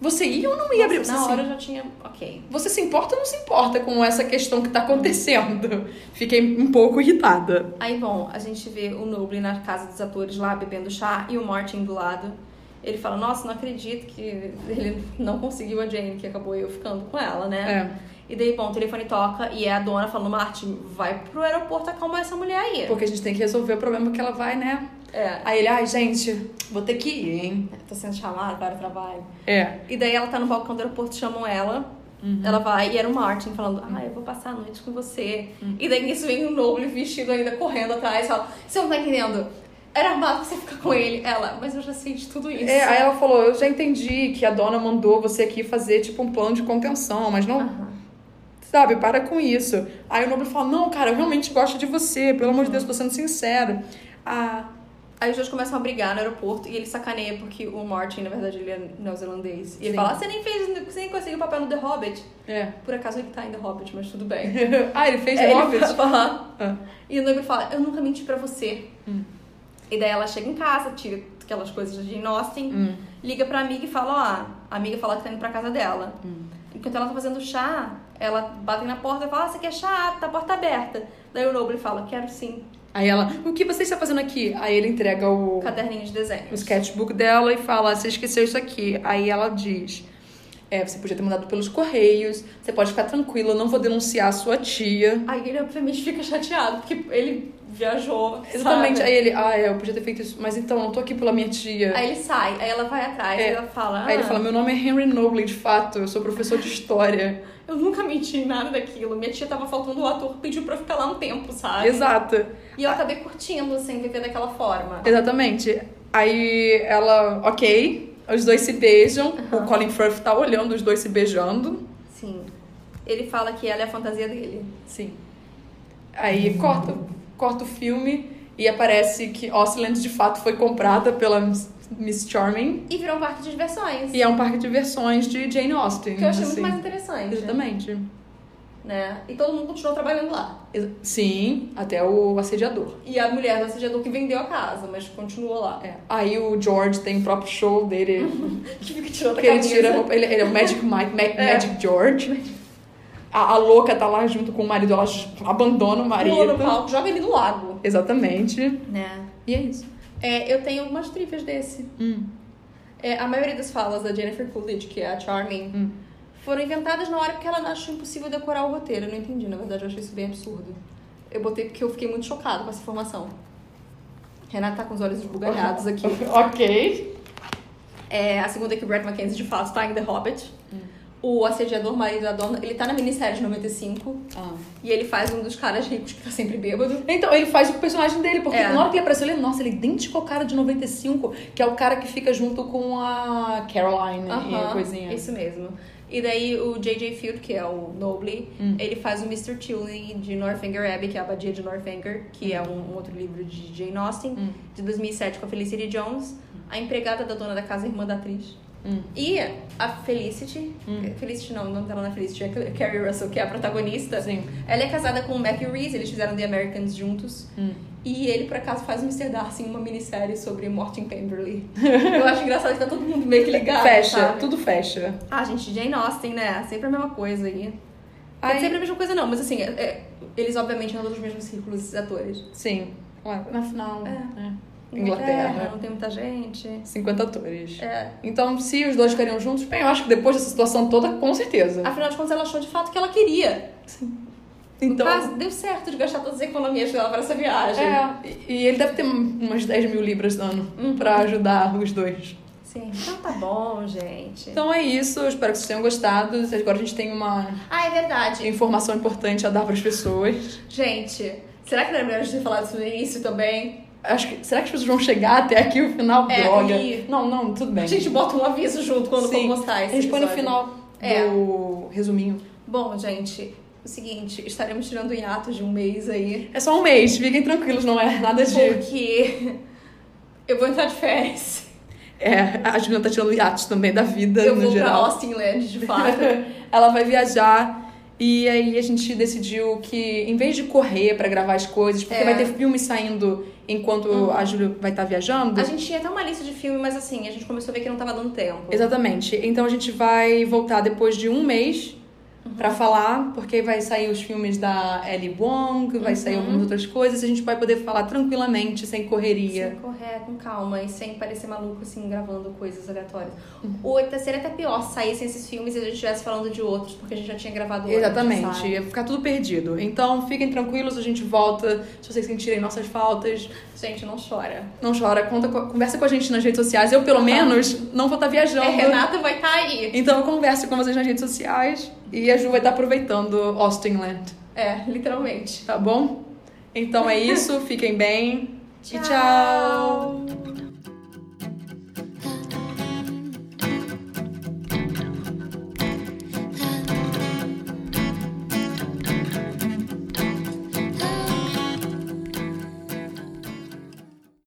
[SPEAKER 2] Você ia ou não ia abrir? Você,
[SPEAKER 1] Na
[SPEAKER 2] se-
[SPEAKER 1] hora eu já tinha. Ok.
[SPEAKER 2] você se importa ou não se importa com essa questão que tá acontecendo? Fiquei um pouco irritada.
[SPEAKER 1] Aí, bom, a gente vê o Noble na casa dos atores lá bebendo chá e o Martin do lado. Ele fala: Nossa, não acredito que ele não conseguiu a Jane, que acabou eu ficando com ela, né?
[SPEAKER 2] É.
[SPEAKER 1] E daí, bom, o telefone toca e é a dona falando: Martin, vai pro aeroporto acalmar essa mulher aí.
[SPEAKER 2] É, Porque a gente tem que resolver o problema que ela vai, né?
[SPEAKER 1] É,
[SPEAKER 2] Aí ele, ai, gente, vou ter que ir, hein?
[SPEAKER 1] tô sendo chamada para o trabalho.
[SPEAKER 2] É.
[SPEAKER 1] E daí ela tá no balcão do aeroporto, chamam ela.
[SPEAKER 2] Uhum.
[SPEAKER 1] Ela vai, e era o Martin falando, ah, eu vou passar a noite com você.
[SPEAKER 2] Uhum.
[SPEAKER 1] E daí nisso vem o Noble vestido ainda correndo atrás, fala, você não tá entendendo? Era armado você ficar com ele. Ela, mas eu já sei de tudo isso.
[SPEAKER 2] É, aí ela falou, eu já entendi que a dona mandou você aqui fazer, tipo, um plano de contenção, mas não
[SPEAKER 1] Aham.
[SPEAKER 2] Sabe, para com isso. Aí o Nobre fala, não, cara, eu realmente gosto de você, pelo amor de Deus, tô sendo sincero. Ah,
[SPEAKER 1] Aí os dois começam a brigar no aeroporto e ele sacaneia porque o Martin, na verdade, ele é neozelandês. E ele
[SPEAKER 2] Sim.
[SPEAKER 1] fala, "Ah, você nem fez, você nem conseguiu o papel no The Hobbit.
[SPEAKER 2] é.
[SPEAKER 1] Por acaso ele tá em The Hobbit, mas tudo bem.
[SPEAKER 2] ah, ele fez
[SPEAKER 1] É, ele
[SPEAKER 2] Hobbit?
[SPEAKER 1] vai falar.
[SPEAKER 2] Ah.
[SPEAKER 1] E o noivo fala, eu nunca menti pra você.
[SPEAKER 2] Hum.
[SPEAKER 1] E daí ela chega em casa, tira aquelas coisas de Jane Austen,
[SPEAKER 2] Hum.
[SPEAKER 1] liga pra amiga e fala, ó, a amiga fala que tá indo pra casa dela.
[SPEAKER 2] Hum.
[SPEAKER 1] Enquanto ela tá fazendo chá, ela bate na porta e fala, ah, você quer chá? Tá a porta aberta. Daí o Noble fala, quero sim,
[SPEAKER 2] Aí ela, o que você está fazendo aqui? Aí ele entrega o,
[SPEAKER 1] caderninho de desenho.
[SPEAKER 2] o sketchbook dela e fala, você esqueceu isso aqui. Aí ela diz, é, você podia ter mandado pelos correios, você pode ficar tranquila, eu não vou denunciar a sua tia.
[SPEAKER 1] Aí ele obviamente fica chateado, porque ele viajou, sabe?
[SPEAKER 2] Exatamente, aí ele, ah, é, eu podia ter feito isso, mas então, eu não tô aqui pela minha tia.
[SPEAKER 1] Aí ele sai, aí ela vai atrás,
[SPEAKER 2] É.
[SPEAKER 1] aí ela fala,
[SPEAKER 2] Aí ele
[SPEAKER 1] "Ah,
[SPEAKER 2] fala, meu nome é Henry Noble, de fato, eu sou professor de história.
[SPEAKER 1] eu nunca menti em nada daquilo. Minha tia tava faltando o ator, pediu pra eu ficar lá um tempo, sabe?
[SPEAKER 2] Exato.
[SPEAKER 1] E eu acabei curtindo, assim, viver daquela forma.
[SPEAKER 2] Exatamente. Aí ela, ok, os dois se beijam. O Colin Firth tá olhando os dois se beijando.
[SPEAKER 1] Sim. Ele fala que ela é a fantasia dele.
[SPEAKER 2] Sim. Aí corta, corta o filme e aparece que Oceland de fato foi comprada pela Miss- Miss Charming.
[SPEAKER 1] E virou um parque de diversões.
[SPEAKER 2] E é um parque de diversões de Jane Austen.
[SPEAKER 1] Que eu achei
[SPEAKER 2] assim.
[SPEAKER 1] muito mais interessante.
[SPEAKER 2] Exatamente.
[SPEAKER 1] Né? E todo mundo continuou trabalhando lá.
[SPEAKER 2] Ex- Sim, até o assediador.
[SPEAKER 1] E a mulher do assediador que vendeu a casa, mas continuou lá.
[SPEAKER 2] É. Aí o George tem o próprio show dele
[SPEAKER 1] Que fica tirando a
[SPEAKER 2] Porque ele
[SPEAKER 1] camisa.
[SPEAKER 2] tira a roupa- Ele, ele é o Magic Mike, Ma- Magic George. A, a louca tá lá junto com o marido, ela j- abandona o
[SPEAKER 1] pula no
[SPEAKER 2] marido.
[SPEAKER 1] palco, joga ele no lago.
[SPEAKER 2] Exatamente.
[SPEAKER 1] Né?
[SPEAKER 2] E é isso.
[SPEAKER 1] É, eu tenho algumas trivias desse.
[SPEAKER 2] Hum,
[SPEAKER 1] É, a maioria das falas da Jennifer Coolidge, que é a Charming,
[SPEAKER 2] hum.
[SPEAKER 1] foram inventadas na hora porque ela achou impossível decorar o roteiro. Eu não entendi, na verdade, eu achei isso bem absurdo. Eu botei porque eu fiquei muito chocada com essa informação. Renata tá com os olhos esbugalhados aqui.
[SPEAKER 2] ok.
[SPEAKER 1] É, a segunda é que o Brett Mackenzie, de fato, tá em The Hobbit. O assediador, marido da dona, ele tá na minissérie de 95.
[SPEAKER 2] Ah.
[SPEAKER 1] E ele faz um dos caras ricos que tá sempre bêbado.
[SPEAKER 2] Então, ele faz o personagem dele, porque
[SPEAKER 1] É.
[SPEAKER 2] na hora que ele apareceu, ele, nossa, ele é idêntico ao cara de 95, que é o cara que fica junto com a Caroline né? e a
[SPEAKER 1] Aham,
[SPEAKER 2] coisinha.
[SPEAKER 1] Isso mesmo. E daí o J.J. Field, que é o Noble,
[SPEAKER 2] Hum.
[SPEAKER 1] ele faz o Mr. Tilney de Northanger Abbey, que é a abadia de Northanger, que é um, um outro livro de Jane Austen,
[SPEAKER 2] Hum.
[SPEAKER 1] de 2007 com a Felicity Jones, a empregada da dona da casa, irmã da atriz.
[SPEAKER 2] Hum.
[SPEAKER 1] E a Felicity, Felicity não, o nome dela não é Felicity, é Carrie Russell, que é a protagonista.
[SPEAKER 2] Sim.
[SPEAKER 1] Ela é casada com o Mac Reese, eles fizeram The Americans juntos. E ele, por acaso, faz um o Mr. Darcy em uma minissérie sobre Morton Pemberley. Eu acho engraçado que tá todo mundo meio que ligado.
[SPEAKER 2] fecha,
[SPEAKER 1] sabe?
[SPEAKER 2] tudo fecha.
[SPEAKER 1] Ah, gente, Jane Austen, né? Sempre a mesma coisa aí. Quer
[SPEAKER 2] Aí-
[SPEAKER 1] dizer, Sempre a mesma coisa, não, mas assim, é- é- eles obviamente andam nos mesmos círculos, esses atores.
[SPEAKER 2] Sim. Lá Na final.
[SPEAKER 1] É.
[SPEAKER 2] né? Inglaterra.
[SPEAKER 1] Não tem muita gente.
[SPEAKER 2] 50 atores.
[SPEAKER 1] É.
[SPEAKER 2] Então, se os dois ficariam juntos, bem, eu acho que depois dessa situação toda, com certeza.
[SPEAKER 1] Afinal de contas, ela achou de fato que ela queria.
[SPEAKER 2] Então,
[SPEAKER 1] Mas deu certo de gastar todas as economias dela pra essa viagem. Hum.
[SPEAKER 2] é, e e ele deve ter um- umas 10 mil libras no ano pra ajudar os dois.
[SPEAKER 1] Sim. Então tá bom, gente.
[SPEAKER 2] Então é isso, eu espero que vocês tenham gostado. Agora a gente tem uma
[SPEAKER 1] Ah, é verdade.
[SPEAKER 2] informação importante a dar para as pessoas.
[SPEAKER 1] Gente, será que não era melhor a gente ter falado isso no início também?
[SPEAKER 2] Acho que, será que as pessoas vão chegar até aqui o final?
[SPEAKER 1] É,
[SPEAKER 2] Droga.
[SPEAKER 1] e-
[SPEAKER 2] Não, não, tudo bem.
[SPEAKER 1] A gente bota um aviso junto quando
[SPEAKER 2] Sim.
[SPEAKER 1] for postar
[SPEAKER 2] a
[SPEAKER 1] esse
[SPEAKER 2] gente põe no
[SPEAKER 1] episódio.
[SPEAKER 2] final
[SPEAKER 1] É.
[SPEAKER 2] do resuminho.
[SPEAKER 1] Bom, gente, o seguinte, estaremos tirando o hiato de um mês aí.
[SPEAKER 2] É só um mês, fiquem tranquilos, não é nada de.
[SPEAKER 1] Porque eu vou entrar de férias.
[SPEAKER 2] É, a Juliana tá tirando hiates também da vida,
[SPEAKER 1] Eu
[SPEAKER 2] no
[SPEAKER 1] vou pra
[SPEAKER 2] geral.
[SPEAKER 1] Austin Land, de fato.
[SPEAKER 2] Ela vai viajar. E aí a gente decidiu que, em vez de correr pra gravar as coisas, porque
[SPEAKER 1] É. Uhum.
[SPEAKER 2] vai ter filmes saindo enquanto a Júlia vai estar viajando.
[SPEAKER 1] A gente tinha até uma lista de filme, mas assim, a gente começou a ver que não tava dando tempo.
[SPEAKER 2] Exatamente. Então a gente vai voltar depois de um mês
[SPEAKER 1] Uhum.
[SPEAKER 2] pra falar, porque vai sair os filmes da Ellie Wong, vai
[SPEAKER 1] Uhum.
[SPEAKER 2] sair algumas outras coisas, e a gente vai poder falar tranquilamente, sem correria.
[SPEAKER 1] Sem correr, com calma e sem parecer maluco, assim, gravando coisas aleatórias.
[SPEAKER 2] Uhum.
[SPEAKER 1] Ou até seria até pior se saíssem esses filmes e a gente estivesse falando de outros, porque a gente já tinha gravado outros,
[SPEAKER 2] Exatamente,
[SPEAKER 1] sabe?
[SPEAKER 2] ia ficar tudo perdido. Então fiquem tranquilos, a gente volta. Se vocês sentirem nossas faltas,
[SPEAKER 1] Gente, não chora.
[SPEAKER 2] não chora, conta co- conversa com a gente nas redes sociais. Eu, pelo menos, não vou estar
[SPEAKER 1] É,
[SPEAKER 2] viajando.
[SPEAKER 1] Renata vai estar aí.
[SPEAKER 2] Então eu converso com vocês nas redes sociais e a Ju vai estar aproveitando Austin Land,
[SPEAKER 1] É, literalmente.
[SPEAKER 2] tá bom? Então é isso, fiquem bem e
[SPEAKER 1] Tchau.
[SPEAKER 2] tchau!